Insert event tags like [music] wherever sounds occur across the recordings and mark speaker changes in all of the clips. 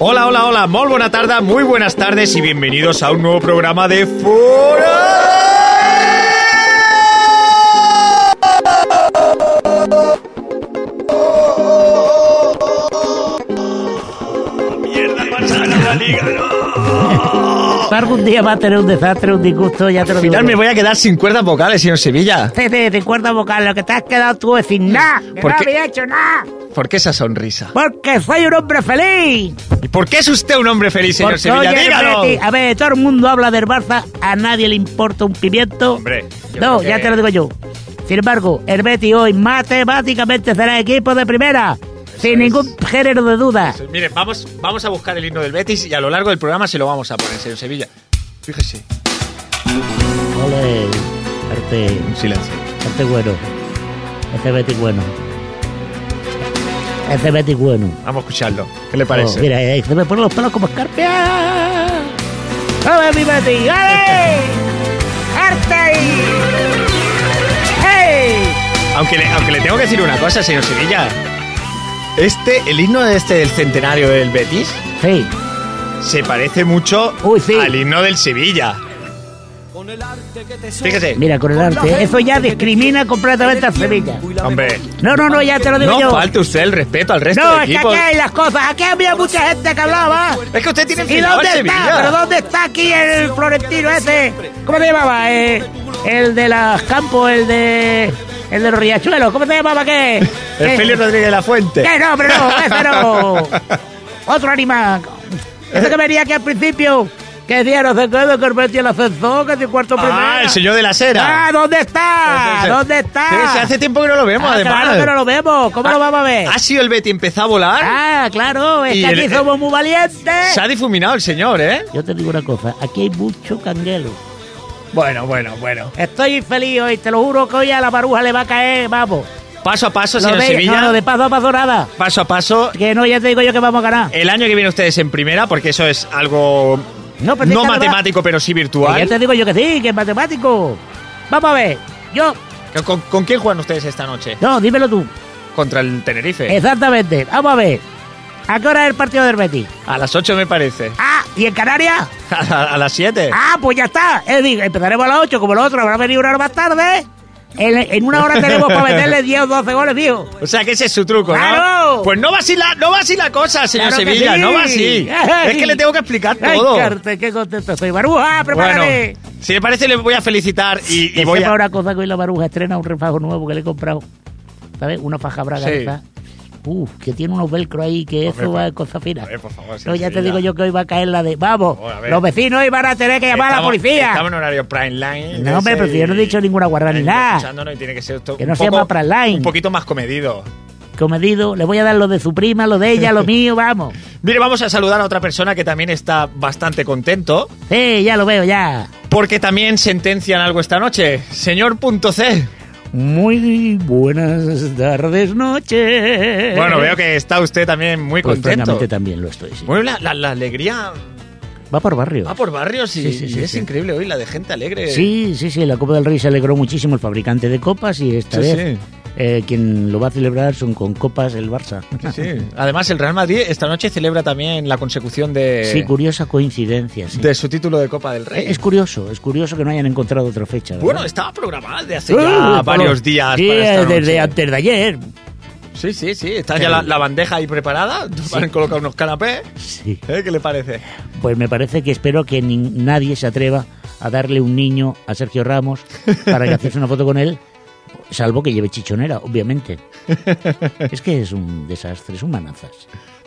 Speaker 1: Hola, hola, hola, muy buena tarda, muy buenas tardes y bienvenidos a un nuevo programa de Fora.
Speaker 2: Marco un día va a tener un desastre, un disgusto, ya te lo
Speaker 1: Al
Speaker 2: digo.
Speaker 1: final me
Speaker 2: yo.
Speaker 1: voy a quedar sin cuerdas vocales, señor Sevilla.
Speaker 2: Te, te, te cuerda vocal, lo que te has quedado tú es sin nada. que
Speaker 1: Mm. ¿Por
Speaker 2: no
Speaker 1: qué?
Speaker 2: había hecho nada.
Speaker 1: ¿Por qué esa sonrisa?
Speaker 2: Porque soy un hombre feliz.
Speaker 1: ¿Y por qué es usted un hombre feliz, señor
Speaker 2: Porque
Speaker 1: Sevilla?
Speaker 2: oye,
Speaker 1: ¡Dígalo!
Speaker 2: Betty, a ver, todo el mundo habla del Barça, a nadie le importa un pimiento.
Speaker 1: Hombre, yo creo
Speaker 2: no,
Speaker 1: que-
Speaker 2: ya te lo digo yo. Sin embargo, el Betty hoy matemáticamente será equipo de primera. sin
Speaker 1: es.
Speaker 2: ningún género de duda.
Speaker 1: Mire, vamos, vamos a buscar el himno del Betis y a lo largo del programa se lo vamos a poner, señor Sevilla. Fíjese.
Speaker 2: Ole, arte,
Speaker 1: Un silencio.
Speaker 2: arte bueno. Ese Betty bueno. Ese Betty bueno.
Speaker 1: Vamos a escucharlo. ¿Qué le parece?
Speaker 2: Oh, mira, ahí se me ponen los pelos como escarpia. ¡Vamos, mi Betty! ¡Ale! ¡Arte! ¡Hey!
Speaker 1: Aunque le, aunque le tengo que decir una cosa, señor Sevilla. Este, el himno de este del centenario del Betis
Speaker 2: Sí,
Speaker 1: se parece mucho
Speaker 2: Uy, sí.
Speaker 1: al himno del Sevilla. Fíjese.
Speaker 2: mira, con el arte. Eso ya discrimina completamente a Sevilla.
Speaker 1: Hombre,
Speaker 2: No, no, no, ya te lo digo
Speaker 1: no
Speaker 2: yo.
Speaker 1: falte usted el respeto al resto de
Speaker 2: no,
Speaker 1: este
Speaker 2: es que
Speaker 1: equipos.
Speaker 2: aquí hay las cosas. Aquí había mucha gente que hablaba.
Speaker 1: Es que usted tiene
Speaker 2: ¿Y
Speaker 1: enfilado al
Speaker 2: dónde está? ¿Pero
Speaker 1: Sevilla.
Speaker 2: dónde está aquí el florentino ese? ¿Cómo se llamaba? Eh, el de los campos, el de... El de los riachuelos. ¿Cómo se llamaba qué?
Speaker 1: El
Speaker 2: ¿Qué?
Speaker 1: Felipe Rodríguez de la Fuente.
Speaker 2: Que no, pero
Speaker 1: [laughs]
Speaker 2: no, ese no. Otro animal. Ese que venía aquí al principio. Que decía, no sé qué, que metí el ascensor, que si cuarto primero.
Speaker 1: Ah, el señor de la cera.
Speaker 2: Ah, ¿dónde está?
Speaker 1: Entonces,
Speaker 2: ¿Dónde está?
Speaker 1: fíjese, hace tiempo que no lo vemos,
Speaker 2: Ah,
Speaker 1: además.
Speaker 2: Claro que no lo vemos.
Speaker 1: Ah,
Speaker 2: ¿Cómo lo vamos a ver?
Speaker 1: Ha sido el Betty empezó a volar.
Speaker 2: Ah, claro, es
Speaker 1: Y
Speaker 2: que aquí
Speaker 1: el-
Speaker 2: somos muy valientes.
Speaker 1: Se ha difuminado el señor, ¿eh?
Speaker 2: Yo te digo una cosa, aquí hay mucho canguelo.
Speaker 1: Bueno, bueno, bueno.
Speaker 2: Estoy feliz hoy, te lo juro que hoy a la maruja le va a caer, vamos.
Speaker 1: Paso a paso,
Speaker 2: Lo
Speaker 1: señor
Speaker 2: de,
Speaker 1: Sevilla.
Speaker 2: no, lo de paso a paso nada.
Speaker 1: Paso a paso.
Speaker 2: Que no, ya te digo yo que vamos a ganar.
Speaker 1: El año que viene ustedes en primera, porque eso es algo
Speaker 2: No,
Speaker 1: no,
Speaker 2: pero es que además-
Speaker 1: matemático, pero sí
Speaker 2: Que Ya
Speaker 1: virtual.
Speaker 2: te digo yo que sí, que es matemático. Vamos a ver. Yo.
Speaker 1: ¿Con, con quién juegan ustedes esta noche?
Speaker 2: No, dímelo tú.
Speaker 1: Contra el
Speaker 2: Eh.
Speaker 1: Tenerife.
Speaker 2: Exactamente. Vamos a ver. ¿A qué hora es el partido del Betis?
Speaker 1: A las 8 me parece. [laughs]
Speaker 2: Ah, ¿y en Canarias?
Speaker 1: A, la- a las 7.
Speaker 2: Ah, pues ya está. Es decir, empezaremos a las 8 como los otros. Habrá venido una hora más tarde. En, en una hora tenemos para
Speaker 1: [laughs]
Speaker 2: meterle 10 o 12 goles, viejo.
Speaker 1: O sea que ese es su truco, ¿no?
Speaker 2: ¡Claro!
Speaker 1: Pues no va así la, no va así la cosa, señor
Speaker 2: Claro que
Speaker 1: Sevilla,
Speaker 2: sí.
Speaker 1: no va
Speaker 2: [laughs]
Speaker 1: así.
Speaker 2: Ay.
Speaker 1: Es que le tengo que explicar
Speaker 2: Ay,
Speaker 1: todo.
Speaker 2: Carte, qué contento soy. Baruja,
Speaker 1: bueno,
Speaker 2: prepárate.
Speaker 1: si le parece le voy a felicitar y, y
Speaker 2: Que
Speaker 1: voy
Speaker 2: sepa
Speaker 1: a...
Speaker 2: una cosa que hoy la baruja estrena un refajo nuevo que le he comprado. ¿Sabes? Una faja braga
Speaker 1: Sí.
Speaker 2: esa. Uf, que tiene unos velcro ahí, que
Speaker 1: Hombre,
Speaker 2: eso va
Speaker 1: pa-
Speaker 2: de cosa fina.
Speaker 1: Joder, por favor,
Speaker 2: No,
Speaker 1: señor
Speaker 2: ya te
Speaker 1: Sevilla.
Speaker 2: digo yo que hoy va a caer la de. Vamos,
Speaker 1: Joder, a ver.
Speaker 2: los vecinos hoy van a tener que llamar a la
Speaker 1: Estamos-
Speaker 2: policía.
Speaker 1: Estamos en horario prime line.
Speaker 2: No, hombre,
Speaker 1: ese
Speaker 2: pero si yo no he
Speaker 1: y-
Speaker 2: dicho ninguna guarra ni
Speaker 1: Ay,
Speaker 2: nada.
Speaker 1: escuchándonos y tiene que ser esto
Speaker 2: Que
Speaker 1: un
Speaker 2: no se
Speaker 1: poco-
Speaker 2: llama prime line.
Speaker 1: Un poquito más comedido.
Speaker 2: Comedido, le voy a dar lo de su prima, lo de
Speaker 1: [laughs]
Speaker 2: ella, lo mío, vamos.
Speaker 1: Mire, vamos a saludar a otra persona que también está bastante contento,
Speaker 2: Sí, ya lo veo, ya.
Speaker 1: porque también sentencian algo esta noche. Señor Punto C.
Speaker 2: Muy buenas tardes, noches.
Speaker 1: Bueno, veo que está usted también muy
Speaker 2: Pues,
Speaker 1: contento.
Speaker 2: francamente, también lo estoy. sí.
Speaker 1: Bueno, la, la- la alegría
Speaker 2: Va por barrio.
Speaker 1: va por barrios y,
Speaker 2: Sí, sí, sí,
Speaker 1: y es
Speaker 2: sí.
Speaker 1: increíble hoy la de gente alegre.
Speaker 2: Sí, sí, sí, la Copa del Rey se alegró muchísimo el fabricante de copas y esta
Speaker 1: Sí,
Speaker 2: vez
Speaker 1: sí.
Speaker 2: eh, quien lo va a celebrar son con copas el Barça.
Speaker 1: Sí. Además, el Real Madrid esta noche celebra también la consecución de,
Speaker 2: Sí, curiosa coincidencia. sí.
Speaker 1: Eh. de su título de Copa del Rey.
Speaker 2: Es curioso, es curioso que no hayan encontrado otra fecha. ¿verdad?
Speaker 1: bueno, estaba programada de hace
Speaker 2: Sí,
Speaker 1: ya [laughs]
Speaker 2: por
Speaker 1: varios
Speaker 2: los-
Speaker 1: días.
Speaker 2: Sí,
Speaker 1: para esta
Speaker 2: Uh, desde Eh.
Speaker 1: noche.
Speaker 2: antes de ayer.
Speaker 1: Sí, sí, sí. Está ya la, la bandeja ahí preparada. [laughs] Van a colocar unos canapés.
Speaker 2: Sí.
Speaker 1: ¿Eh? ¿Qué le parece?
Speaker 2: Pues me parece que espero que ni- nadie se atreva a darle un niño a Sergio Ramos para que hacerse una foto con él, salvo que lleve
Speaker 1: [laughs]
Speaker 2: chichonera, obviamente. Es que es un desastre, son manazas.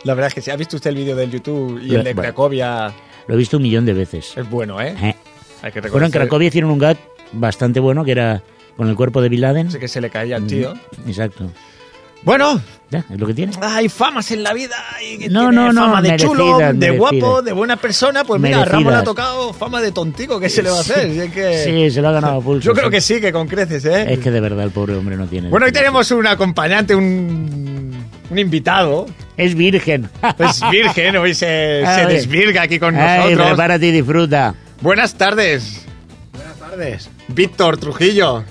Speaker 1: La verdad es que si ha visto usted el vídeo del YouTube y
Speaker 2: Lo-
Speaker 1: el de
Speaker 2: bueno.
Speaker 1: Cracovia,
Speaker 2: Lo he visto un millón de veces.
Speaker 1: es bueno, ¿eh?
Speaker 2: Eh.
Speaker 1: Hay que reconocer.
Speaker 2: Bueno, en Cracovia hicieron un gag bastante bueno que era con el cuerpo de Bin Laden.
Speaker 1: Sí que se le caía
Speaker 2: Mm.
Speaker 1: al tío.
Speaker 2: Exacto.
Speaker 1: Bueno,
Speaker 2: Ya, es lo que tiene.
Speaker 1: hay famas en la vida. Hay que
Speaker 2: No,
Speaker 1: tiene
Speaker 2: no, no,
Speaker 1: Fama de
Speaker 2: merecidas,
Speaker 1: chulo, de
Speaker 2: merecidas.
Speaker 1: guapo, de buena persona. Pues mira,
Speaker 2: Merecidas.
Speaker 1: Ramón ha tocado fama de tontico. ¿Qué se le va a hacer? Si es que-
Speaker 2: Sí, se lo ha ganado a pulso.
Speaker 1: Yo creo
Speaker 2: sí.
Speaker 1: que sí, que con creces, ¿eh?
Speaker 2: Es que de verdad el pobre hombre no tiene.
Speaker 1: Bueno, hoy tenemos un acompañante, un, un invitado. [laughs]
Speaker 2: Es virgen. [laughs]
Speaker 1: Es virgen, hoy se,
Speaker 2: A
Speaker 1: se
Speaker 2: ver.
Speaker 1: desvirga aquí con
Speaker 2: Ay,
Speaker 1: nosotros.
Speaker 2: prepárate y disfruta.
Speaker 1: Buenas tardes,
Speaker 3: Buenas tardes.
Speaker 1: Víctor Trujillo.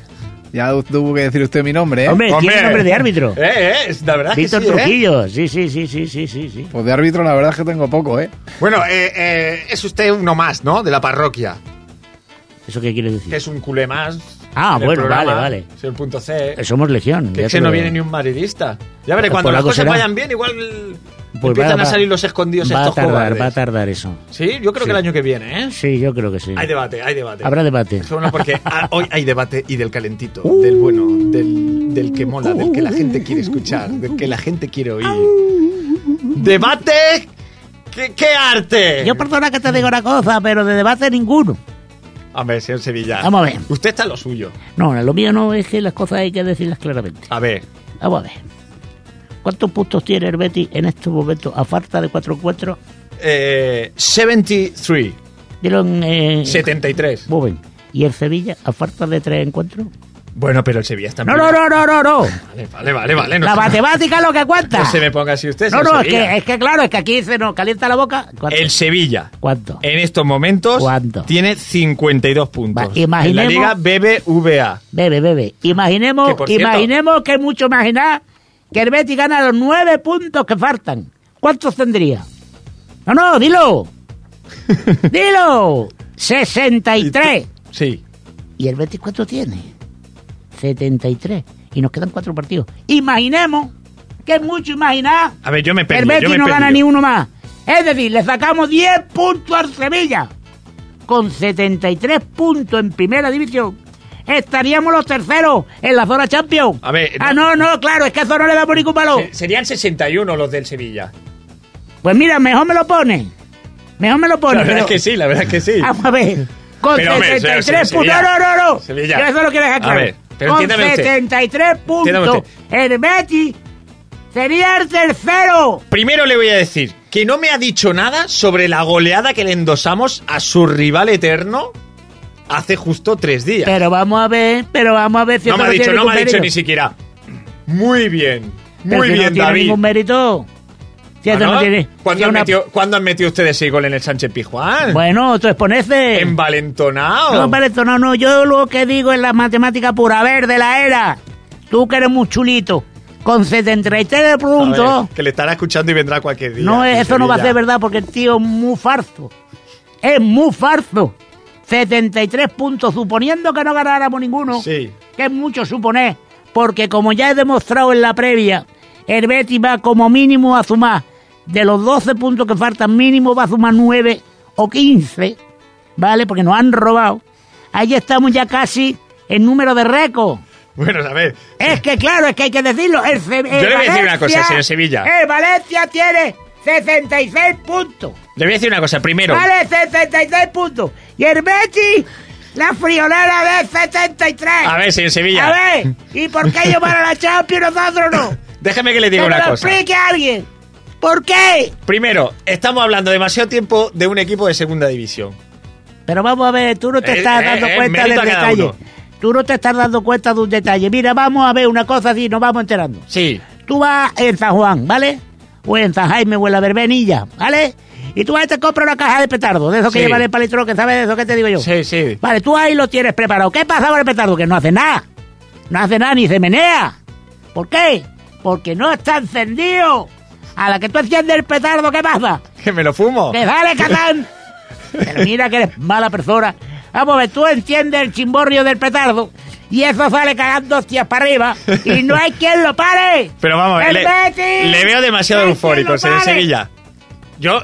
Speaker 3: Ya tuvo que decir usted mi nombre, ¿eh?
Speaker 2: Hombre,
Speaker 1: Hombre.
Speaker 2: tiene nombre de árbitro.
Speaker 1: Eh, eh, es- la verdad que
Speaker 2: Víctor
Speaker 1: sí, ¿eh?
Speaker 2: Trujillo. Sí, sí, sí, sí, sí, sí, sí.
Speaker 3: Pues de árbitro la verdad es que tengo poco, ¿eh?
Speaker 1: Bueno, eh, eh, es usted uno más, ¿no? De la parroquia.
Speaker 2: ¿Eso qué quiere decir?
Speaker 1: Que es un culé más.
Speaker 2: Ah,
Speaker 1: en el
Speaker 2: bueno,
Speaker 1: programa,
Speaker 2: vale, vale.
Speaker 1: es el punto C.
Speaker 2: Eh, Somos legión.
Speaker 1: Que
Speaker 2: ya
Speaker 1: es que
Speaker 2: te
Speaker 1: no
Speaker 2: lo-
Speaker 1: viene ni un madridista. Ya veré,
Speaker 2: Pues
Speaker 1: cuando
Speaker 2: por
Speaker 1: las
Speaker 2: algo
Speaker 1: cosas
Speaker 2: será.
Speaker 1: vayan bien, igual
Speaker 2: Pues
Speaker 1: empiezan
Speaker 2: va-
Speaker 1: a salir los escondidos
Speaker 2: va
Speaker 1: estos
Speaker 2: a tardar,
Speaker 1: cobardes.
Speaker 2: Va a tardar eso.
Speaker 1: Sí, yo creo que el año que viene, ¿eh?
Speaker 2: Sí, yo creo que sí.
Speaker 1: Hay debate, hay debate.
Speaker 2: Habrá debate.
Speaker 1: Es que bueno, porque ah, hoy hay debate y del calentito,
Speaker 2: Uh.
Speaker 1: del bueno, del, del que mola, del que la gente quiere escuchar, del que la gente quiere oír. ¡Debate! ¡Qué, qué arte!
Speaker 2: Yo perdona que te diga una cosa, pero de debate ninguno.
Speaker 1: Hombre, señor Sevilla.
Speaker 2: Vamos a ver.
Speaker 1: Usted está en lo suyo.
Speaker 2: No, lo mío no es que las cosas hay que decirlas claramente.
Speaker 1: A ver.
Speaker 2: Vamos a ver. ¿Cuántos puntos tiene el Betis en estos momentos a falta de cuatro encuentros?
Speaker 1: Eh, 73.
Speaker 2: Dilo en... eh,
Speaker 1: 73.
Speaker 2: muy bien. ¿Y el Sevilla a falta de tres encuentros?
Speaker 1: Bueno, pero el Sevilla está en
Speaker 2: No, no,
Speaker 1: primera.
Speaker 2: no, no, no, no.
Speaker 1: Vale, vale, vale. vale [laughs] no
Speaker 2: La
Speaker 1: se-
Speaker 2: matemática es lo que cuenta.
Speaker 1: No se me ponga así usted.
Speaker 2: No,
Speaker 1: señor
Speaker 2: no, es
Speaker 1: Sevilla.
Speaker 2: que, es que claro, es que aquí se nos calienta la boca. ¿Cuánto?
Speaker 1: El Sevilla.
Speaker 2: ¿Cuánto?
Speaker 1: En estos momentos
Speaker 2: ¿Cuánto?
Speaker 1: tiene 52 puntos.
Speaker 2: Va, imaginemos-
Speaker 1: En la Liga BBVA.
Speaker 2: Bebe, bebe. Imaginemos,
Speaker 1: Que, por cierto-
Speaker 2: imaginemos que es mucho imaginar que el Betis gana los nueve puntos que faltan. ¿Cuántos tendría? No,
Speaker 1: [laughs]
Speaker 2: no, dilo. dilo. 63.
Speaker 1: Sí.
Speaker 2: ¿Y el Betis cuánto tiene? 73. Y nos quedan cuatro partidos. Imaginemos que es mucho imaginar
Speaker 1: A ver, yo me
Speaker 2: que
Speaker 1: perdí.
Speaker 2: el
Speaker 1: yo
Speaker 2: Betis
Speaker 1: me
Speaker 2: no
Speaker 1: perdí.
Speaker 2: gana ni uno más. Es decir, le sacamos 10 puntos al Sevilla. Con 73 puntos en primera división, estaríamos los terceros en la zona Champions.
Speaker 1: A ver,
Speaker 2: ah, no, no, claro, es que eso no le da por ningún valor.
Speaker 1: Se- Serían 61 los del Sevilla.
Speaker 2: Pues mira, mejor me lo pone. Mejor me lo pone.
Speaker 1: La verdad
Speaker 2: pero- Ah,
Speaker 1: es que sí, la verdad es que sí.
Speaker 2: Vamos a ver. Con
Speaker 1: Pero, hombre,
Speaker 2: 73
Speaker 1: se- se-
Speaker 2: puntos. No,
Speaker 1: Sevilla.
Speaker 2: no, no, no.
Speaker 1: Sevilla.
Speaker 2: Yo eso lo quiero dejar
Speaker 1: A
Speaker 2: claro.
Speaker 1: ver, pero
Speaker 2: Con
Speaker 1: entiéndame usted.
Speaker 2: 73
Speaker 1: Entiéndame
Speaker 2: puntos, el Betis sería el tercero.
Speaker 1: Primero le voy a decir que no me ha dicho nada sobre la goleada que le endosamos a su rival eterno hace justo tres días.
Speaker 2: Pero vamos a ver, pero vamos a ver si
Speaker 1: no
Speaker 2: esto
Speaker 1: me ha dicho,
Speaker 2: tiene
Speaker 1: no me ha
Speaker 2: ningún
Speaker 1: dicho
Speaker 2: mérito.
Speaker 1: ni siquiera. Muy bien.
Speaker 2: Pero
Speaker 1: Muy
Speaker 2: si
Speaker 1: bien,
Speaker 2: no tiene
Speaker 1: David.
Speaker 2: ningún mérito. Si esto
Speaker 1: ¿Ah,
Speaker 2: no,
Speaker 1: no?
Speaker 2: tiene. si
Speaker 1: ¿Cuándo, han
Speaker 2: una-
Speaker 1: metido, cuándo han metido ustedes ese gol en el Sánchez Pijuán?
Speaker 2: Bueno, tú exponese.
Speaker 1: ¿En Valentonao?
Speaker 2: No, para esto no, no. Yo lo que digo es la matemática pura verde, la era. Tú que eres muy chulito. Con 73
Speaker 1: A ver,
Speaker 2: puntos.
Speaker 1: que le estará escuchando y vendrá cualquier día.
Speaker 2: No,
Speaker 1: en
Speaker 2: eso no va a
Speaker 1: Sevilla.
Speaker 2: ser verdad porque el tío es muy farzo. Es muy farzo. 73 puntos, suponiendo que no ganáramos ninguno.
Speaker 1: Sí.
Speaker 2: Que es mucho suponer. Porque como ya he demostrado en la previa, el Betis va como mínimo a sumar. De los 12 puntos que faltan, mínimo va a sumar 9 o 15. ¿Vale? Porque nos han robado. Ahí estamos ya casi en número de récord.
Speaker 1: Bueno, a ver.
Speaker 2: Es que claro, es que hay que decirlo. El Ce- el
Speaker 1: le voy a decir una
Speaker 2: Valencia-
Speaker 1: cosa, señor Sevilla.
Speaker 2: El Valencia tiene 66 puntos.
Speaker 1: Le voy a decir una cosa. Primero,
Speaker 2: Vale, 66 puntos. Y el Betis, la friolera de 73.
Speaker 1: a ver, señor Sevilla.
Speaker 2: A ver, ¿y por qué ellos van a la Champions y nosotros
Speaker 1: [laughs]
Speaker 2: no?
Speaker 1: Déjeme que le diga
Speaker 2: que me
Speaker 1: una
Speaker 2: lo
Speaker 1: cosa.
Speaker 2: explique a alguien. ¿Por qué?
Speaker 1: Primero, estamos hablando demasiado tiempo de un equipo de segunda división.
Speaker 2: Pero vamos a ver, tú no te
Speaker 1: Eh,
Speaker 2: estás
Speaker 1: eh,
Speaker 2: dando
Speaker 1: eh,
Speaker 2: cuenta
Speaker 1: mérito
Speaker 2: del
Speaker 1: a cada
Speaker 2: detalle.
Speaker 1: uno.
Speaker 2: Tú no te estás dando cuenta de un detalle. Mira, vamos a ver una cosa así, nos vamos enterando.
Speaker 1: Sí.
Speaker 2: tú vas en San Juan, ¿vale? O en San Jaime o en la Verbenilla, ¿vale? Y tú vas y te compras una caja de petardo, de esos que
Speaker 1: Sí.
Speaker 2: llevan el palitrón, que sabes de eso que te digo yo.
Speaker 1: Sí, sí.
Speaker 2: Vale, tú ahí lo tienes preparado. ¿Qué pasa con el petardo? Que no hace nada. No hace nada ni se menea. ¿Por qué? Porque no está encendido. A la que tú enciendes el petardo, ¿qué pasa?
Speaker 1: Que me lo fumo.
Speaker 2: ¡Que sale Catán! Pero mira que eres mala persona. Vamos a ver, tú enciendes el chimborrio del petardo y eso sale cagando hostias para arriba y no hay quien lo pare.
Speaker 1: Pero vamos a ver.
Speaker 2: ¡El
Speaker 1: Le,
Speaker 2: Betis!
Speaker 1: le veo demasiado
Speaker 2: ¡No hay
Speaker 1: eufórico,
Speaker 2: quien lo
Speaker 1: señor
Speaker 2: pare!
Speaker 1: Sevilla. Yo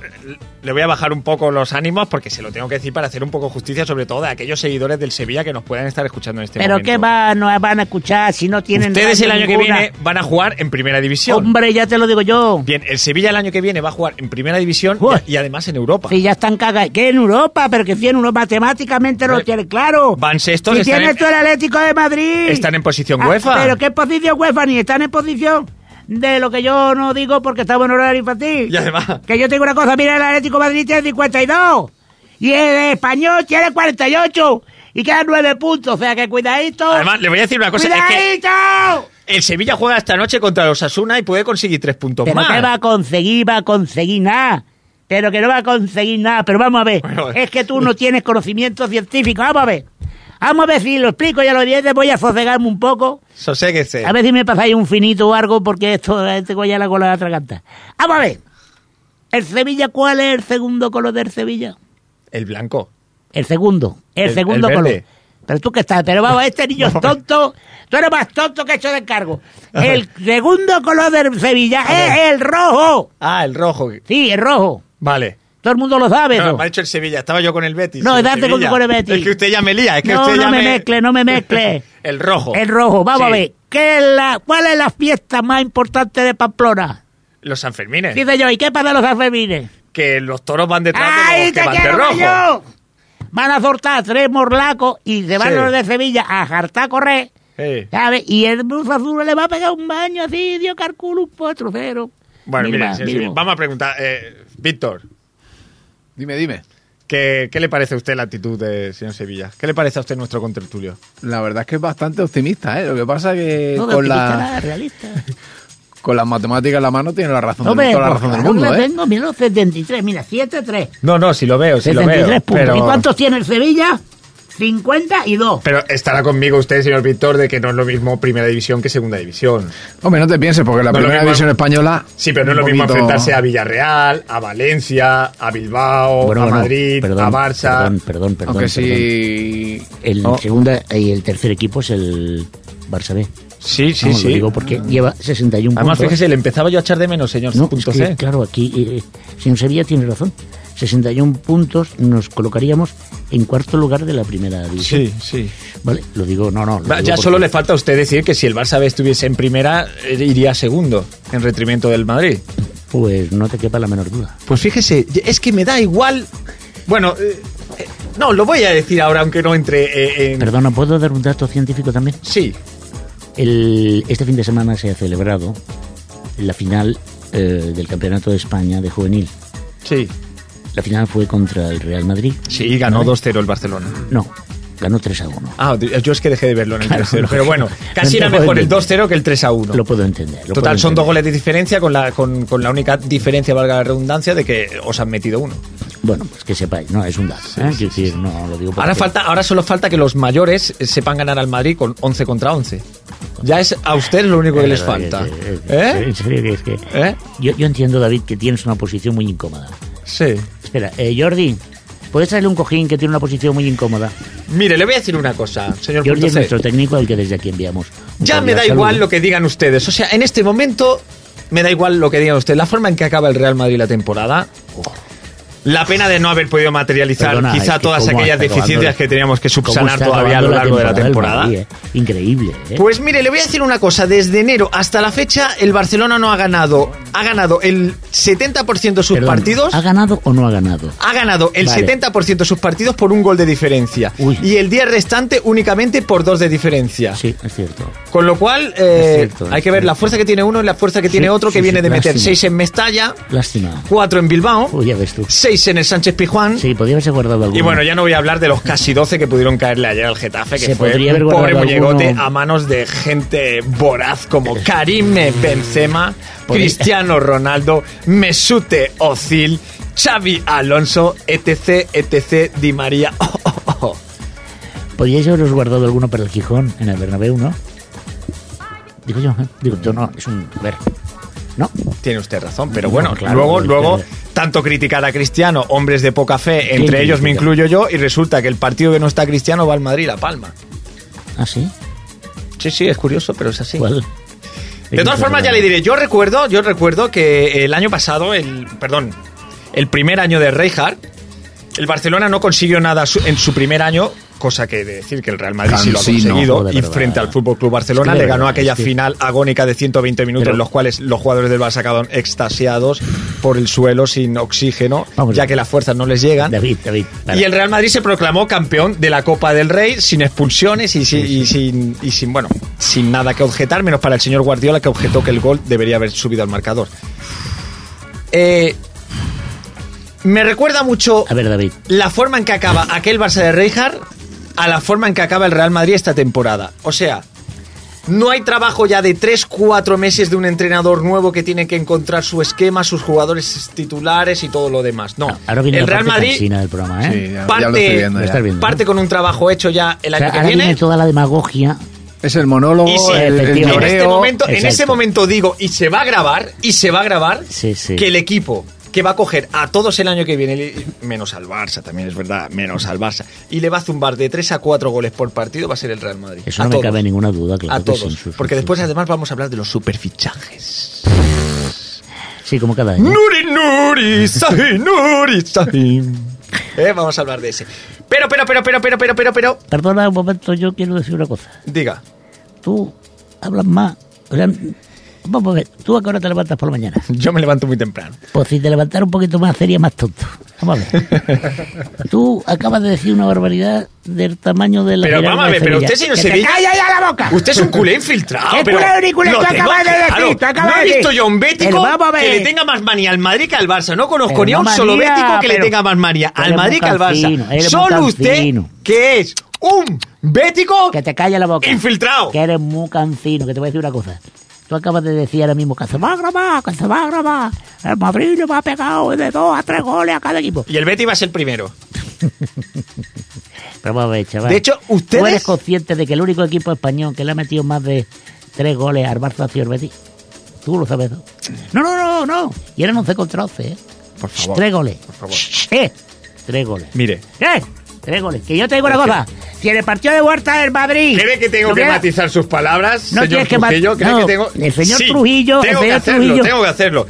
Speaker 1: le voy a bajar un poco los ánimos porque se lo tengo que decir para hacer un poco justicia, sobre todo a aquellos seguidores del Sevilla que nos puedan estar escuchando en este
Speaker 2: Pero
Speaker 1: momento.
Speaker 2: qué van, no van a escuchar si no tienen
Speaker 1: Ustedes el
Speaker 2: radio
Speaker 1: año
Speaker 2: ninguna?
Speaker 1: que viene van a jugar en primera división.
Speaker 2: Hombre, ya te lo digo yo.
Speaker 1: Bien, el Sevilla el año que viene va a jugar en primera división
Speaker 2: Uy.
Speaker 1: y, y además en Europa.
Speaker 2: Si ya están cagados. Que en Europa, pero que si en Europa matemáticamente no lo
Speaker 1: Hombre,
Speaker 2: tienen claro.
Speaker 1: van sextos,
Speaker 2: Si
Speaker 1: están
Speaker 2: tienes
Speaker 1: en-
Speaker 2: tú el Atlético de Madrid.
Speaker 1: Están en posición
Speaker 2: Ah,
Speaker 1: UEFA.
Speaker 2: Pero qué posición UEFA ni están en posición de lo que yo no digo porque estamos en horario infantil.
Speaker 1: Y además-
Speaker 2: Que yo tengo una cosa, mira, el Atlético de Madrid tiene 52 y el español tiene 48 y quedan 9 puntos, o sea que cuidadito.
Speaker 1: Además, le voy a decir una cosa. Es que
Speaker 2: cuidadito.
Speaker 1: el Sevilla juega esta noche contra los Asuna y puede conseguir tres puntos
Speaker 2: Pero
Speaker 1: más.
Speaker 2: que va a conseguir, va a conseguir nada. Pero que no va a conseguir nada. Pero vamos a ver.
Speaker 1: Bueno, eh.
Speaker 2: es que tú no tienes conocimiento científico. Vamos a ver. Vamos a ver si lo explico y a los oyentes voy a sosegarme un poco.
Speaker 1: Soséguese.
Speaker 2: A ver si me pasáis un finito o algo, porque esto tengo ya la cola de la traganta. Vamos a ver. ¿El Sevilla cuál es el segundo color del Sevilla?
Speaker 1: El blanco.
Speaker 2: El segundo. El,
Speaker 1: El-
Speaker 2: segundo
Speaker 1: el verde.
Speaker 2: color. Pero tú que estás, pero vamos,
Speaker 1: [laughs]
Speaker 2: este niño es tonto. Tú eres más tonto que hecho de cargo. El segundo color del Sevilla es el rojo.
Speaker 1: Ah, el rojo.
Speaker 2: Sí, el rojo.
Speaker 1: Vale.
Speaker 2: Todo el mundo lo sabe.
Speaker 1: No,
Speaker 2: eso.
Speaker 1: me ha dicho el Sevilla. Estaba yo con el Betis.
Speaker 2: No,
Speaker 1: El
Speaker 2: date con-
Speaker 1: Sevilla.
Speaker 2: con el Betis.
Speaker 1: Es que usted ya me lía. Es que
Speaker 2: No,
Speaker 1: usted
Speaker 2: no
Speaker 1: ya
Speaker 2: me mezcle, no
Speaker 1: [laughs]
Speaker 2: me mezcle.
Speaker 1: el rojo.
Speaker 2: El rojo.
Speaker 1: Sí.
Speaker 2: Vamos a ver. ¿Qué es la, ¿Cuál es la fiesta más importante de Pamplona?
Speaker 1: Los Sanfermines.
Speaker 2: Dice yo, ¿y qué pasa de los alfemines?
Speaker 1: Que los toros van detrás
Speaker 2: ¡Ay,
Speaker 1: de los
Speaker 2: te
Speaker 1: que van de
Speaker 2: quiero
Speaker 1: rojo.
Speaker 2: yo! Van a soltar tres morlacos y se van
Speaker 1: Sí.
Speaker 2: los de Sevilla a jartar a correr,
Speaker 1: Sí.
Speaker 2: ¿sabes? Y el Cruz Azul le va a pegar un baño así, Dios calculo, un 4-0.
Speaker 1: Bueno,
Speaker 2: Mínima,
Speaker 1: mire, sí, sí,
Speaker 2: mínimo.
Speaker 1: vamos a preguntar. eh, Víctor,
Speaker 3: Dime, dime.
Speaker 1: ¿qué, qué le parece a usted la actitud de señor Sevilla? ¿Qué le parece a usted nuestro contertulio?
Speaker 3: La verdad es que es bastante optimista, ¿eh? Lo que pasa que
Speaker 2: No, de
Speaker 3: con,
Speaker 2: optimista
Speaker 3: la,
Speaker 2: nada, realista.
Speaker 3: [laughs] con las matemáticas en la mano tiene la razón, del-
Speaker 2: Hombre,
Speaker 3: toda la
Speaker 2: pues
Speaker 3: razón del
Speaker 2: claro que
Speaker 3: mundo,
Speaker 2: la
Speaker 3: ¿eh?
Speaker 2: tengo, mira, 73, mira, 7-3.
Speaker 1: No, no, si lo veo, si lo
Speaker 2: 73
Speaker 1: veo.
Speaker 2: puntos.
Speaker 1: Pero,
Speaker 2: ¿Y cuántos tiene el Sevilla? 52.
Speaker 1: pero estará conmigo usted, señor Víctor, de que no es lo mismo primera división que segunda división.
Speaker 3: Hombre, no te pienses, porque la
Speaker 1: No, lo
Speaker 3: primera
Speaker 1: mismo-
Speaker 3: división española.
Speaker 1: Sí, pero no es
Speaker 3: un
Speaker 1: lo mismo
Speaker 3: poquito-
Speaker 1: enfrentarse a Villarreal, a Valencia, a Bilbao,
Speaker 2: Bueno,
Speaker 1: a
Speaker 2: bueno,
Speaker 1: Madrid,
Speaker 2: perdón,
Speaker 1: a Barça.
Speaker 2: Perdón, perdón, perdón. perdón.
Speaker 3: Aunque si.
Speaker 2: El
Speaker 3: Oh,
Speaker 2: segunda eh, y el tercer equipo es el Barça B.
Speaker 1: Sí, sí,
Speaker 2: Vamos,
Speaker 1: sí.
Speaker 2: Lo digo porque lleva 61
Speaker 1: Además,
Speaker 2: puntos.
Speaker 1: fíjese, le empezaba yo a echar de menos, señor.
Speaker 2: no,
Speaker 1: punto
Speaker 2: es que,
Speaker 1: C.
Speaker 2: claro, aquí eh, eh, señor Sevilla tiene razón. 61 puntos nos colocaríamos en cuarto lugar de la primera división.
Speaker 1: Sí, sí.
Speaker 2: Vale, lo digo, no, no. lo
Speaker 1: Va,
Speaker 2: digo
Speaker 1: Ya
Speaker 2: porque-
Speaker 1: solo le falta a usted decir que si el Barça B estuviese en primera, eh, iría segundo, en retrimiento del Madrid.
Speaker 2: Pues no te quepa la menor duda.
Speaker 1: Pues fíjese, es que me da igual. Bueno, eh, eh, no, lo voy a decir ahora, aunque no entre eh, en.
Speaker 2: Perdona, ¿puedo dar un dato científico también?
Speaker 1: Sí,
Speaker 2: El- este fin de semana se ha celebrado la final eh, del Campeonato de España de Juvenil.
Speaker 1: sí.
Speaker 2: La final fue contra el Real Madrid.
Speaker 1: Sí, ganó 2-0 el Barcelona.
Speaker 2: No, ganó 3 a 1.
Speaker 1: Ah, yo es que dejé de verlo en el
Speaker 2: Claro,
Speaker 1: 3-0.
Speaker 2: no.
Speaker 1: Pero [laughs] bueno, casi era
Speaker 2: No puedo
Speaker 1: mejor el
Speaker 2: entender.
Speaker 1: 2-0 que el 3-1.
Speaker 2: Lo puedo entender. lo
Speaker 1: Total,
Speaker 2: puedo
Speaker 1: son dos
Speaker 2: entender.
Speaker 1: goles de diferencia, con la, con, con la única diferencia, valga la redundancia, de que os han metido uno.
Speaker 2: Bueno, pues que sepáis, no, es un dato. ¿eh? Quiero decir, no lo digo porque-
Speaker 1: Ahora, falta, ahora solo falta que los mayores eh, sepan ganar al Madrid con 11 contra 11. Ya es a ustedes lo único que les
Speaker 2: Es verdad,
Speaker 1: falta.
Speaker 2: es- es-
Speaker 1: ¿Eh?
Speaker 2: En serio que es que.
Speaker 1: ¿Eh?
Speaker 2: Yo, yo entiendo, David, que tienes una posición muy incómoda.
Speaker 1: Sí.
Speaker 2: Espera, eh, Jordi, ¿puedes traerle un cojín que tiene una posición muy incómoda?
Speaker 1: Mire, le voy a decir una cosa, señor
Speaker 2: Jordi
Speaker 1: Punto
Speaker 2: es
Speaker 1: C.
Speaker 2: nuestro técnico al que desde aquí enviamos. un
Speaker 1: Ya me
Speaker 2: cordial
Speaker 1: da
Speaker 2: saludo.
Speaker 1: igual lo que digan ustedes. O sea, en este momento me da igual lo que digan ustedes. La forma en que acaba el Real Madrid la temporada. La pena de no haber podido materializar
Speaker 2: Perdona, es
Speaker 1: quizá
Speaker 2: que
Speaker 1: todas
Speaker 2: cómo
Speaker 1: aquellas
Speaker 2: está acabando
Speaker 1: deficiencias
Speaker 2: la-
Speaker 1: que teníamos que
Speaker 2: cómo
Speaker 1: subsanar
Speaker 2: está
Speaker 1: todavía a lo
Speaker 2: acabando
Speaker 1: largo de la temporada.
Speaker 2: del Madrid, ¿eh? Increíble, ¿eh?
Speaker 1: Pues mire, le voy a decir una cosa. Desde enero hasta la fecha, el Barcelona no ha ganado. Ha ganado el 70% de sus
Speaker 2: Perdón,
Speaker 1: partidos.
Speaker 2: ¿Ha ganado o no ha ganado?
Speaker 1: Ha ganado el
Speaker 2: Vale.
Speaker 1: 70% de sus partidos por un gol de diferencia.
Speaker 2: Uy.
Speaker 1: Y el día restante únicamente por dos de diferencia.
Speaker 2: Sí, es cierto.
Speaker 1: Con lo cual, eh,
Speaker 2: Es cierto,
Speaker 1: hay
Speaker 2: es
Speaker 1: que ver
Speaker 2: cierto.
Speaker 1: la fuerza que tiene uno y la fuerza que
Speaker 2: Sí,
Speaker 1: tiene otro, que
Speaker 2: sí,
Speaker 1: viene
Speaker 2: sí,
Speaker 1: de meter
Speaker 2: lástima.
Speaker 1: 6 en Mestalla,
Speaker 2: Lástima.
Speaker 1: 4 en Bilbao,
Speaker 2: Uy, ya ves tú.
Speaker 1: 6 en el Sánchez Pijuán.
Speaker 2: Sí, podía haberse guardado alguno.
Speaker 1: Y bueno, ya no voy a hablar de los casi 12 que pudieron caerle ayer al Getafe, que
Speaker 2: Se
Speaker 1: fue
Speaker 2: podría haber
Speaker 1: un pobre
Speaker 2: guardado
Speaker 1: muñegote
Speaker 2: alguno. Eh.
Speaker 1: a manos de gente voraz como Karim eh, Benzema,
Speaker 2: Podría-
Speaker 1: Cristiano Ronaldo, Mesute Ozil, Xavi Alonso, etc, etc, Di María. [laughs] Oh, oh, oh.
Speaker 2: Podíais haberos guardado alguno para el Gijón en el Bernabéu, ¿no? Digo yo, ¿eh? digo yo no, es un... A ver, ¿no?
Speaker 1: Tiene usted razón, pero
Speaker 2: No,
Speaker 1: bueno,
Speaker 2: claro,
Speaker 1: luego,
Speaker 2: pero-
Speaker 1: luego tanto criticar a Cristiano, hombres de poca fe, entre ellos me
Speaker 2: crítica?
Speaker 1: incluyo yo, y resulta que el partido que no está Cristiano va al Madrid, La Palma.
Speaker 2: ¿Ah, sí?
Speaker 1: Sí, sí, es curioso, pero es así.
Speaker 2: ¿Cuál?
Speaker 1: De todas formas, ya le diré, yo recuerdo, yo recuerdo que el año pasado, el, perdón, el primer año de Reinhardt, el Barcelona no consiguió nada su- en su primer año, cosa que de decir que el Real Madrid sí lo ha
Speaker 3: Cansino.
Speaker 1: conseguido,
Speaker 2: Joder,
Speaker 1: y
Speaker 2: verdad.
Speaker 1: frente al Fútbol Club Barcelona
Speaker 2: Es que de
Speaker 1: le ganó
Speaker 2: verdad,
Speaker 1: aquella
Speaker 2: es que-
Speaker 1: final agónica de 120 minutos,
Speaker 2: Pero-
Speaker 1: en los cuales los jugadores del Barça acabaron extasiados por el suelo sin oxígeno,
Speaker 2: Vamos
Speaker 1: ya
Speaker 2: a-
Speaker 1: que las fuerzas no les llegan.
Speaker 2: David, David. para.
Speaker 1: Y el Real Madrid se proclamó campeón de la Copa del Rey sin expulsiones y, sin- y sin, y sin, bueno, sin nada que objetar, menos para el señor Guardiola que objetó que el gol debería haber subido al marcador. Eh, me recuerda mucho
Speaker 2: A ver, David.
Speaker 1: la forma en que acaba aquel Barça de Rijkaard a la forma en que acaba el Real Madrid esta temporada. O sea, No hay trabajo ya de 3-4 meses de un entrenador nuevo que tiene que encontrar su esquema, sus jugadores titulares y todo lo demás. No.
Speaker 2: Ahora viene
Speaker 1: el
Speaker 2: la
Speaker 1: Real
Speaker 2: parte
Speaker 1: Madrid
Speaker 2: cansina del programa,
Speaker 3: Sí,
Speaker 2: ¿eh?
Speaker 3: ya, ya lo estoy
Speaker 1: parte,
Speaker 2: Lo
Speaker 3: viendo. ya.
Speaker 2: estás viendo.
Speaker 1: parte con un trabajo hecho ya el
Speaker 2: O sea,
Speaker 1: año que
Speaker 2: ahora viene
Speaker 1: viene.
Speaker 2: toda la demagogia.
Speaker 3: Es el monólogo,
Speaker 1: Y sí,
Speaker 3: el, el
Speaker 2: efectivamente.
Speaker 1: En este
Speaker 3: lloreo.
Speaker 1: momento, en
Speaker 2: Exacto.
Speaker 1: ese momento digo, y se va a grabar, y se va a grabar,
Speaker 2: Sí, sí.
Speaker 1: que el equipo que va a coger a todos el año que viene, y- menos al Barça, también es verdad, menos al Barça, y le va a zumbar de 3 a 4 goles por partido, va a ser el Real Madrid.
Speaker 2: Eso
Speaker 1: a
Speaker 2: no me
Speaker 1: todos.
Speaker 2: cabe ninguna duda, claro.
Speaker 1: A
Speaker 2: que sí,
Speaker 1: todos.
Speaker 2: sí, sí,
Speaker 1: Porque
Speaker 2: sí.
Speaker 1: después, además, vamos a hablar de los superfichajes.
Speaker 2: Sí, como cada año.
Speaker 1: Nuri, Nuri, Sahi, Nuri, Sahi. Eh, Vamos a hablar de ese. Pero, pero, pero, pero, pero, pero, pero, pero.
Speaker 2: Perdona un momento, yo quiero decir una cosa.
Speaker 1: Diga.
Speaker 2: Tú hablas más. O sea, vamos a ver, ¿tú a qué hora te levantas por la mañana?
Speaker 1: Yo me levanto muy temprano.
Speaker 2: Pues si te levantara un poquito más sería más tonto. Vamos a ver.
Speaker 1: [laughs]
Speaker 2: Tú acabas de decir una barbaridad del tamaño de la
Speaker 1: Pero
Speaker 2: pirámide
Speaker 1: vamos a
Speaker 2: de
Speaker 1: ver, pero
Speaker 2: Sevilla.
Speaker 1: usted, señor
Speaker 2: ¡Que te
Speaker 1: Sevilla-
Speaker 2: calla ya la boca!
Speaker 1: Usted es un culé infiltrado.
Speaker 2: ¿Qué
Speaker 1: pero
Speaker 2: culé ridículo?
Speaker 1: lo
Speaker 2: Tú
Speaker 1: tengo
Speaker 2: acabas de decir,
Speaker 1: claro.
Speaker 2: tú
Speaker 1: no
Speaker 2: acabas de
Speaker 1: he
Speaker 2: decir.
Speaker 1: visto yo un
Speaker 2: Pero
Speaker 1: bético
Speaker 2: vamos a ver.
Speaker 1: que le tenga más manía al Madrid que al Barça. No conozco
Speaker 2: Pero
Speaker 1: ni a un
Speaker 2: no
Speaker 1: solo
Speaker 2: manía,
Speaker 1: bético que le
Speaker 2: pero-
Speaker 1: tenga más manía
Speaker 2: pero
Speaker 1: al
Speaker 2: eres
Speaker 1: Madrid que al
Speaker 2: montalcino,
Speaker 1: Barça.
Speaker 2: eres
Speaker 1: Solo usted
Speaker 2: montalcino.
Speaker 1: que es un bético
Speaker 2: Que te calle la boca.
Speaker 1: infiltrado.
Speaker 2: Que eres muy cancino, que te voy a decir una cosa. Tú acabas de decir ahora mismo que se va a grabar, que se va a grabar. El Madrid le va a pegar de dos a tres goles a cada equipo.
Speaker 1: Y el Betty va a ser primero.
Speaker 2: Pero vamos a ver, chaval.
Speaker 1: De hecho,
Speaker 2: ¿Tú eres
Speaker 1: ustedes...
Speaker 2: consciente de que el único equipo español que le ha metido más de tres goles al Barça ha sido el Betis? Tú lo sabes, ¿no? No, no, no, no. Y eran 11 contra 11, ¿eh?
Speaker 1: Por
Speaker 2: Shh,
Speaker 1: favor.
Speaker 2: Tres goles.
Speaker 1: Por favor.
Speaker 2: Shh, eh, Tres goles.
Speaker 1: Mire.
Speaker 2: ¿Eh? Tres goles. Que yo te digo una cosa. Si en el partido de Huerta del Madrid...
Speaker 1: ¿Cree que tengo
Speaker 2: no
Speaker 1: que
Speaker 2: queda-
Speaker 1: matizar sus palabras,
Speaker 2: No
Speaker 1: señor
Speaker 2: tienes que mat-
Speaker 1: Trujillo? ¿Cree
Speaker 2: no,
Speaker 1: que tengo...
Speaker 2: el señor
Speaker 1: Sí,
Speaker 2: Trujillo, el
Speaker 1: tengo que
Speaker 2: señor
Speaker 1: hacerlo,
Speaker 2: Trujillo.
Speaker 1: tengo que hacerlo.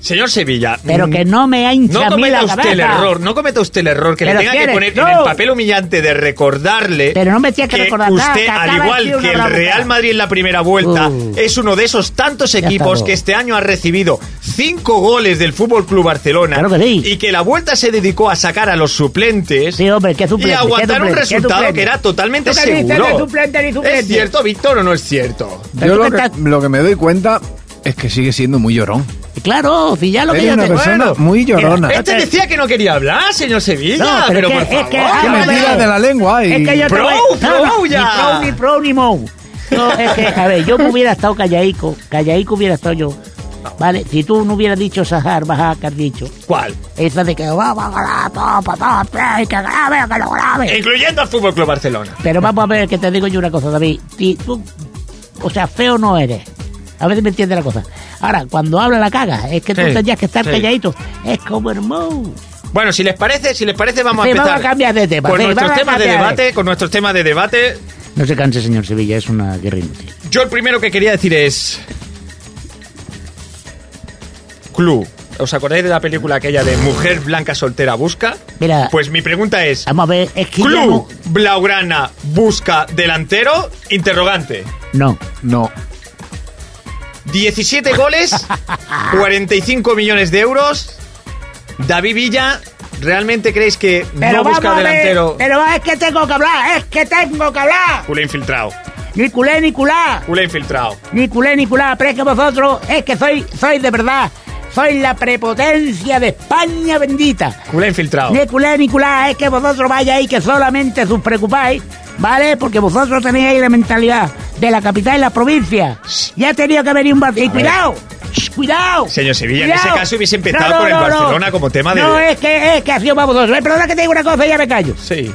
Speaker 1: Señor Sevilla...
Speaker 2: Pero
Speaker 1: mm,
Speaker 2: que no me ha hinchado
Speaker 1: No
Speaker 2: a mí
Speaker 1: cometa
Speaker 2: la
Speaker 1: usted
Speaker 2: cabeza.
Speaker 1: el error, no cometa usted el error que le
Speaker 2: Pero
Speaker 1: tenga
Speaker 2: si
Speaker 1: que
Speaker 2: eres
Speaker 1: poner
Speaker 2: tú.
Speaker 1: en el papel humillante de recordarle
Speaker 2: Pero no me tienes que recordar nada,
Speaker 1: usted,
Speaker 2: que acaba
Speaker 1: al
Speaker 2: de
Speaker 1: igual
Speaker 2: decir una
Speaker 1: que el
Speaker 2: brava
Speaker 1: Real
Speaker 2: mujer.
Speaker 1: Madrid en la primera vuelta,
Speaker 2: Uh.
Speaker 1: es uno de esos tantos
Speaker 2: está
Speaker 1: equipos
Speaker 2: todo.
Speaker 1: que este año ha recibido cinco goles del Fútbol Club Barcelona
Speaker 2: Claro que sí.
Speaker 1: y que la vuelta se dedicó a sacar a los suplentes
Speaker 2: Sí, hombre, qué
Speaker 1: y
Speaker 2: suplente.
Speaker 1: a aguantar
Speaker 2: qué
Speaker 1: un
Speaker 2: suplente, qué
Speaker 1: resultado
Speaker 2: suplente.
Speaker 1: que era totalmente
Speaker 2: ¿Tú qué dices de
Speaker 1: seguro.
Speaker 2: suplente, ni suplente?
Speaker 1: ¿Es cierto, Víctor, o no es cierto?
Speaker 3: Yo
Speaker 2: tú
Speaker 3: lo
Speaker 2: qué
Speaker 3: que,
Speaker 2: estás-
Speaker 3: lo que me doy cuenta es que sigue siendo muy llorón.
Speaker 2: Claro, si ya lo que
Speaker 3: Eres
Speaker 2: yo
Speaker 3: una
Speaker 2: te...
Speaker 3: persona muy llorona.
Speaker 2: Mira,
Speaker 1: Este
Speaker 2: te-
Speaker 1: decía que no quería hablar, señor Sevilla,
Speaker 2: No,
Speaker 1: pero,
Speaker 2: pero
Speaker 1: por
Speaker 2: es que- es que-
Speaker 1: favor,
Speaker 3: Que
Speaker 2: ah,
Speaker 3: me
Speaker 1: hombre.
Speaker 2: vale.
Speaker 3: tira de la lengua y...
Speaker 2: Es que yo te
Speaker 1: Pro,
Speaker 2: voy-
Speaker 1: pro
Speaker 2: no,
Speaker 1: ya.
Speaker 2: Ni pro ni pro ni mo. No, es que, a ver, yo me hubiera estado callaico, callaico hubiera estado yo. Vale, si tú no hubieras dicho esa barbaja que has dicho,
Speaker 1: ¿Cuál?
Speaker 2: esa de que "Oh, vamos a ganar, todo, todo, tres, que grabe, que lo grabe.
Speaker 1: Eh, Incluyendo al Fútbol Club Barcelona.
Speaker 2: Pero vamos a ver que te digo yo una cosa, David. Si tú, o sea, feo no eres. A veces me entiendes la cosa. Ahora, cuando habla la caga, es que tú
Speaker 1: Sí,
Speaker 2: tendrías que estar
Speaker 1: sí.
Speaker 2: calladito. Es como hermoso.
Speaker 1: Bueno, si les parece, si les parece, vamos a
Speaker 2: Sí,
Speaker 1: empezar.
Speaker 2: vamos a cambiar de tema,
Speaker 1: Con
Speaker 2: sí,
Speaker 1: nuestros
Speaker 2: vamos a
Speaker 1: temas de
Speaker 2: cambiar.
Speaker 1: debate, con nuestros temas de debate.
Speaker 2: No se canse, señor Sevilla, es una guerra inútil.
Speaker 1: Yo el primero que quería decir es. Club. ¿Os acordáis de la película aquella de Mujer Blanca Soltera Busca?
Speaker 2: Mira.
Speaker 1: Pues mi pregunta es.
Speaker 2: Vamos a ver, es que ya
Speaker 1: ¿Club Blaugrana busca delantero? Interrogante.
Speaker 2: no. no.
Speaker 3: No.
Speaker 1: 17
Speaker 2: [laughs]
Speaker 1: goles, 45 millones de euros. David Villa, ¿realmente creéis que no busca
Speaker 2: vamos a ver,
Speaker 1: delantero?
Speaker 2: pero es que tengo que hablar, es que tengo que hablar.
Speaker 1: Culé infiltrado,
Speaker 2: Ni culé ni culá,
Speaker 1: culé infiltrado.
Speaker 2: ni culé ni culá, pero es que vosotros, es que soy, soy de verdad, soy la prepotencia de España bendita.
Speaker 1: Culé infiltrado.
Speaker 2: Ni culé ni culá, es que vosotros vayáis que solamente os preocupáis, ¿vale? Porque vosotros tenéis ahí la mentalidad de la capital y la provincia. Ya ha tenido que venir un Barcelona. Y cuidado, sh, cuidado.
Speaker 1: Señor Sevilla, en ese caso hubiese empezado
Speaker 2: por
Speaker 1: por el Barcelona como tema de-
Speaker 2: No, es que, es que ha sido baboso. Eh, Perdona que te digo una cosa y ya me callo.
Speaker 1: Sí.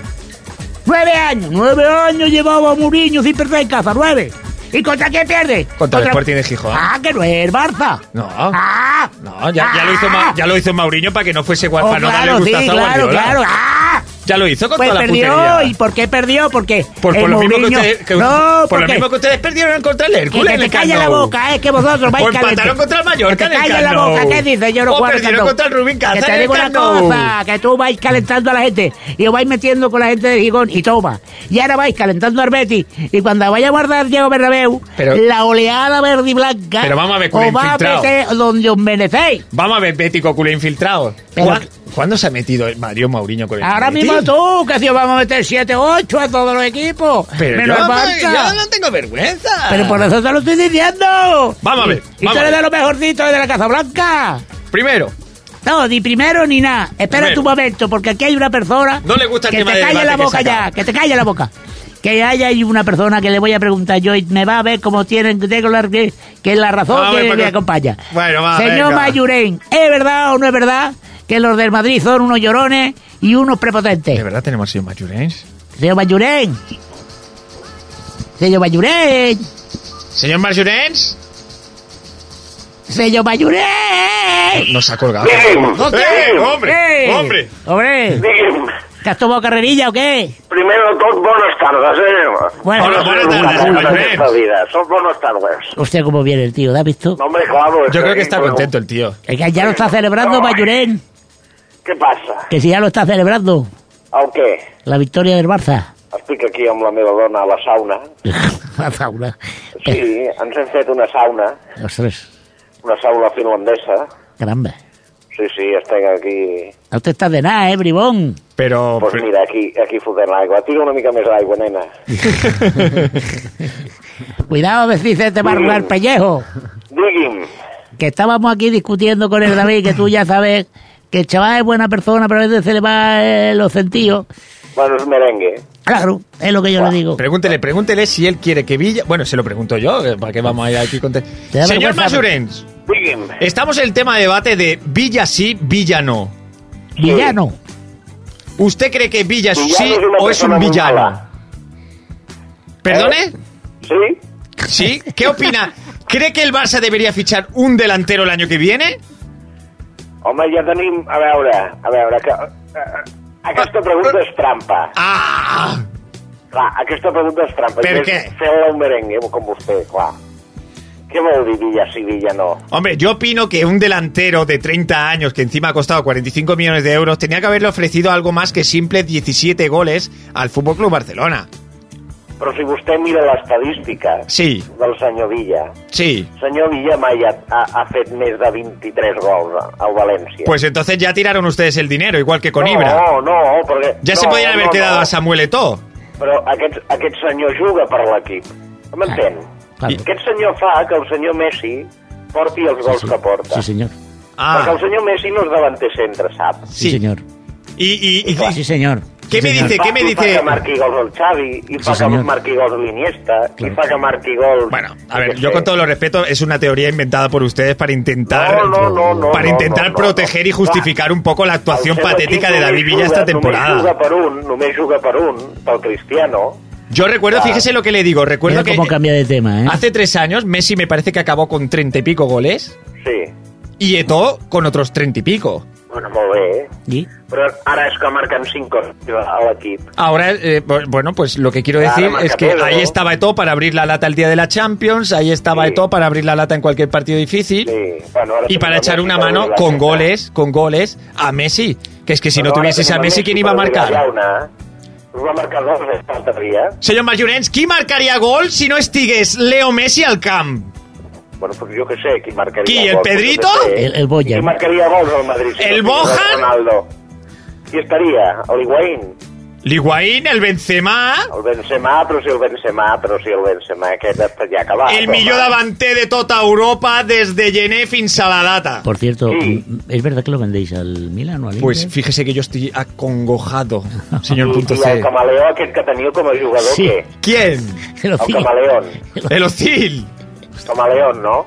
Speaker 2: Nueve años, nueve años llevaba Mourinho sin perder en casa, nueve. ¿Y contra quién pierde?
Speaker 1: Contra el Sporting de Gijón.
Speaker 2: Ah, que no es el Barça.
Speaker 1: No.
Speaker 2: Ah.
Speaker 1: No, ya, ya lo hizo, Ma-
Speaker 2: Ah.
Speaker 1: ya lo hizo Mauriño para que no fuese guapa,
Speaker 2: Oh,
Speaker 1: no darle
Speaker 2: claro,
Speaker 1: el
Speaker 2: sí,
Speaker 1: gustazo a
Speaker 2: claro,
Speaker 1: Guardiola.
Speaker 2: claro. Ah.
Speaker 1: Ya lo hizo con
Speaker 2: Pues
Speaker 1: toda la
Speaker 2: perdió,
Speaker 1: putería.
Speaker 2: ¿y por qué perdió? Porque
Speaker 1: por,
Speaker 2: el
Speaker 1: por lo mismo que
Speaker 2: Mourinho-
Speaker 1: ustedes, que-
Speaker 2: no,
Speaker 1: por lo
Speaker 2: porque-
Speaker 1: mismo que ustedes perdieron contra el
Speaker 2: que,
Speaker 1: Hércules.
Speaker 2: que
Speaker 1: en
Speaker 2: te
Speaker 1: el
Speaker 2: calla
Speaker 1: Camp
Speaker 2: la
Speaker 1: Nou.
Speaker 2: boca, ¿eh? es que vosotros vais
Speaker 1: O empataron
Speaker 2: calientes.
Speaker 1: contra el Mallorca
Speaker 2: Que te
Speaker 1: en el Oh,
Speaker 2: calla la
Speaker 1: Camp Nou.
Speaker 2: boca, ¿qué dices? Yo no
Speaker 1: O
Speaker 2: juego al
Speaker 1: perdieron
Speaker 2: Camp Nou.
Speaker 1: contra el Rubin Cazán
Speaker 2: Que
Speaker 1: en
Speaker 2: te
Speaker 1: el
Speaker 2: digo una
Speaker 1: Camp Nou.
Speaker 2: cosa, que tú vais calentando a la gente y os vais metiendo con la gente de Gijón y toma. Y ahora vais calentando al Betis y cuando vaya a guardar Diego Bernabéu,
Speaker 1: Pero-
Speaker 2: la oleada verde y blanca
Speaker 1: Pero vamos a ver,
Speaker 2: os
Speaker 1: culé
Speaker 2: va a
Speaker 1: infiltrado.
Speaker 2: meter donde os merecéis.
Speaker 1: Vamos a ver, Bético, culé infiltrado.
Speaker 2: Pero-
Speaker 1: ¿Cuán- ¿Cuándo se ha metido el Mario Mauriño con el
Speaker 2: Ahora
Speaker 1: Betis?
Speaker 2: mismo tú, que si os vamos a meter 7-8 a todos los equipos.
Speaker 1: Pero
Speaker 2: menos
Speaker 1: yo,
Speaker 2: al
Speaker 1: no-
Speaker 2: Barça.
Speaker 1: yo no tengo vergüenza.
Speaker 2: Pero por eso te lo estoy diciendo.
Speaker 1: Vamos a ver,
Speaker 2: Y
Speaker 1: vamos
Speaker 2: tú
Speaker 1: a
Speaker 2: eres
Speaker 1: ver.
Speaker 2: de los mejorcitos de la Casa Blanca.
Speaker 1: Primero,
Speaker 2: No, ni primero ni nada. Espera
Speaker 1: Primero.
Speaker 2: tu momento, porque aquí hay una persona.
Speaker 1: No le gusta el
Speaker 2: que
Speaker 1: tema
Speaker 2: te
Speaker 1: del
Speaker 2: calle
Speaker 1: debate
Speaker 2: la
Speaker 1: que
Speaker 2: boca
Speaker 1: saca.
Speaker 2: ya, que te calle la boca. que haya ahí una persona que le voy a preguntar yo y me va a ver cómo tienen tengo la, que, que la razón
Speaker 1: Vamos,
Speaker 2: que
Speaker 1: Paco.
Speaker 2: me acompaña.
Speaker 1: Ah, pues, Bueno, va,
Speaker 2: Señor
Speaker 1: venga.
Speaker 2: Mayurén, ¿es verdad o no es verdad que los del Madrid son unos llorones y unos prepotentes?
Speaker 1: ¿De verdad tenemos sido mayurens?
Speaker 2: Señor Mayurén. Señor Mayurén.
Speaker 1: ¿Señor Mayurens?
Speaker 2: Señor Mayurén.
Speaker 1: Nos ha colgado.
Speaker 2: ¡Hombre!
Speaker 1: ¡Eh, hombre! ¡Hombre!
Speaker 2: ¡Hombre! ¿Te has tomado carrerilla o qué?
Speaker 4: Primero, dos buenas tardes, ¿eh?
Speaker 2: Bueno,
Speaker 1: Hola, buenas
Speaker 4: Una
Speaker 1: tardes,
Speaker 4: puta
Speaker 1: señor
Speaker 4: de
Speaker 1: Mayurens.
Speaker 4: esta vida, Son buenas tardes.
Speaker 2: Hostia, cómo viene el tío, ¿te has visto?
Speaker 4: No, hombre, claro.
Speaker 1: Yo creo que está
Speaker 4: bueno,
Speaker 1: contento el tío.
Speaker 2: Es que ya lo está celebrando Mayurén.
Speaker 4: Què passa?
Speaker 2: Que si ya lo está celebrando.
Speaker 4: El què?
Speaker 2: La victoria del Barça. [laughs]
Speaker 4: Estic aquí amb la meva dona a la sauna.
Speaker 2: La sauna.
Speaker 4: Sí, ens hem fet una sauna,
Speaker 2: Ostres,
Speaker 4: una sauna finlandesa.
Speaker 2: caramba.
Speaker 4: Sí, sí, estem aquí...
Speaker 2: No te estás de nada, ¿eh, bribón?
Speaker 1: Pero.
Speaker 4: Doncs pues mira, aquí, aquí fotent l'aigua. Tira una mica més d'aigua, nena.
Speaker 2: Cuidado de si se te va a arrugar el pellejo.
Speaker 4: Digui'm,
Speaker 2: Que estábamos aquí discutiendo con el David, que tú ya sabes que el chaval es buena persona, pero a veces se le va eh, los sentidos.
Speaker 4: bueno, és merengue.
Speaker 2: Claro, es lo que yo le digo.
Speaker 1: Pregúntele, pregúntele si él quiere que Villa. Bueno, se lo pregunto yo, eh, ¿para qué vamos a ir aquí con.? te-
Speaker 2: da
Speaker 1: Señor
Speaker 2: vergüenza,
Speaker 1: Masurens,
Speaker 4: Digui'm,
Speaker 1: estamos en el tema de debate de Villa sí, Villa no.
Speaker 2: Villano.
Speaker 1: ¿Usted cree que Villa es un
Speaker 4: Villano
Speaker 1: sí
Speaker 4: es una
Speaker 1: o es un
Speaker 4: persona muy
Speaker 1: villano?
Speaker 4: mala. Eh.
Speaker 1: ¿Perdone?
Speaker 4: sí?
Speaker 1: ¿Sí? ¿Qué
Speaker 4: [laughs]
Speaker 1: opina? ¿Cree que el Barça debería fichar un delantero el año que viene?
Speaker 4: Home, ja tenim... A veure, a veure, que... eh, Aquesta pregunta és trampa.
Speaker 1: ¡Ah!
Speaker 4: Clar, aquesta pregunta és trampa.
Speaker 1: Per
Speaker 4: I és
Speaker 1: què?
Speaker 4: Fer-la un merengue, com vostè, clar. Què vol dir Villa sí, Villa no?
Speaker 1: Hombre, yo opino que un delantero de 30 años que encima ha costado 45 millones de euros tenía que haberle ofrecido algo más que simples 17 goles al Fútbol Club Barcelona.
Speaker 4: Però si vostè mira l'estadística
Speaker 1: Sí,
Speaker 4: del senyor Villa,
Speaker 1: sí.
Speaker 4: senyor Villa mai ha, ha, ha fet més de 23 gols a- al València.
Speaker 1: Pues entonces ya tiraron ustedes el dinero, igual que con
Speaker 4: no,
Speaker 1: Ibra.
Speaker 4: No, no, perquè...
Speaker 1: Ya
Speaker 4: no,
Speaker 1: se podían haber
Speaker 4: no,
Speaker 1: quedado
Speaker 4: no.
Speaker 1: a Samuel Eto'o.
Speaker 4: Però aquest, aquest senyor juga per l'equip. M'entén?
Speaker 2: Claro.
Speaker 4: Aquest senyor fa que el senyor Messi porti els gols que porta.
Speaker 2: Sí, señor.
Speaker 4: Perquè
Speaker 1: Ah,
Speaker 4: el senyor Messi no és davanter centre, sap?
Speaker 2: Sí,
Speaker 1: Sí.
Speaker 2: señor.
Speaker 1: y, y- y-
Speaker 2: Sí, señor.
Speaker 1: ¿Qué
Speaker 2: Sí,
Speaker 1: me
Speaker 2: señor.
Speaker 1: dice? ¿Qué me
Speaker 4: I fa
Speaker 1: dice?
Speaker 4: que marqui gols el Xavi, i fa que
Speaker 2: senyor.
Speaker 4: marqui gols l'Iniesta, i
Speaker 2: Clar.
Speaker 4: fa que marqui gols...
Speaker 1: Bueno, a
Speaker 4: jo
Speaker 1: ver,
Speaker 4: què
Speaker 1: yo
Speaker 4: sé.
Speaker 1: con todo los respeto, es una teoría inventada por ustedes para intentar
Speaker 4: No, no, no, no,
Speaker 1: para
Speaker 4: no,
Speaker 1: intentar
Speaker 4: no, no,
Speaker 1: proteger y
Speaker 4: no.
Speaker 1: justificar un poco la actuación
Speaker 4: El seu
Speaker 1: patética
Speaker 4: equip
Speaker 1: de David
Speaker 4: només
Speaker 1: Villa esta
Speaker 4: juga- Només juga
Speaker 1: temporada.
Speaker 4: per un, només juga per un, pel Cristiano.
Speaker 1: Yo recuerdo,
Speaker 4: Claro.
Speaker 1: fíjese lo que le digo, recuerdo
Speaker 2: Mira
Speaker 1: que
Speaker 2: cómo cambia de tema, ¿eh?
Speaker 1: hace tres años Messi me parece que acabó con treinta y pico goles
Speaker 4: Sí,
Speaker 1: y Eto'o con otros treinta y pico.
Speaker 4: bueno, molt bé, eh?
Speaker 2: ¿Sí?
Speaker 4: Però ara és que marquen 5 gols a l'equip.
Speaker 1: Ahora, eh, bu- bueno, pues lo que quiero
Speaker 4: Claro,
Speaker 1: decir
Speaker 4: marca
Speaker 1: es que
Speaker 4: todo.
Speaker 1: ahí estaba Eto'o para abrir la lata el día de la Champions, ahí estaba
Speaker 4: Sí.
Speaker 1: Eto'o para abrir la lata en cualquier partido difícil.
Speaker 4: Sí, bueno, ara
Speaker 1: Y
Speaker 4: tenim
Speaker 1: para
Speaker 4: la
Speaker 1: echar
Speaker 4: Messi
Speaker 1: una
Speaker 4: que
Speaker 1: mano
Speaker 4: obre la
Speaker 1: con
Speaker 4: llacra.
Speaker 1: goles, con goles a Messi. Que es que si no
Speaker 4: Bueno, ara
Speaker 1: tuvieses a
Speaker 4: tenim
Speaker 1: Messi, ¿quién iba a
Speaker 4: que obre la
Speaker 1: marcar?
Speaker 4: llauna. Us ¿eh? va marcar dos de faltaria.
Speaker 1: Señor Majorens, ¿quién marcaría gol si no estigues Leo Messi al camp?
Speaker 4: Bueno, pues jo què sé, qui marcaria
Speaker 1: Qui, el
Speaker 4: gols,
Speaker 1: Pedrito?
Speaker 4: jo què Pues sé.
Speaker 2: El- el Boyan.
Speaker 4: Qui marcaria gols al Madrid? si
Speaker 1: El
Speaker 4: no fos
Speaker 1: Bojan?
Speaker 4: Ronaldo. Qui estaria? El Higuaín?
Speaker 1: Liguain, el Benzema,
Speaker 4: El Benzema, però si el Benzema, però si el Benzema, aquest està ja acabat.
Speaker 1: el
Speaker 4: home.
Speaker 1: millor davanter de toda Europa desde Gené fins a la data.
Speaker 2: Por cierto,
Speaker 4: Sí.
Speaker 2: ¿es verdad que lo vendéis al Milan o al
Speaker 1: Pues
Speaker 2: Inter?
Speaker 1: fíjese que yo estoy acongojado, señor punto
Speaker 4: I, i el
Speaker 1: C.
Speaker 4: camaleó aquest que teniu com a jugador,
Speaker 2: Sí.
Speaker 4: què?
Speaker 1: ¿Quién?
Speaker 2: [laughs] Se lo
Speaker 4: El
Speaker 2: digo.
Speaker 4: camaleón.
Speaker 1: El Ocil.
Speaker 4: Camaleón, no?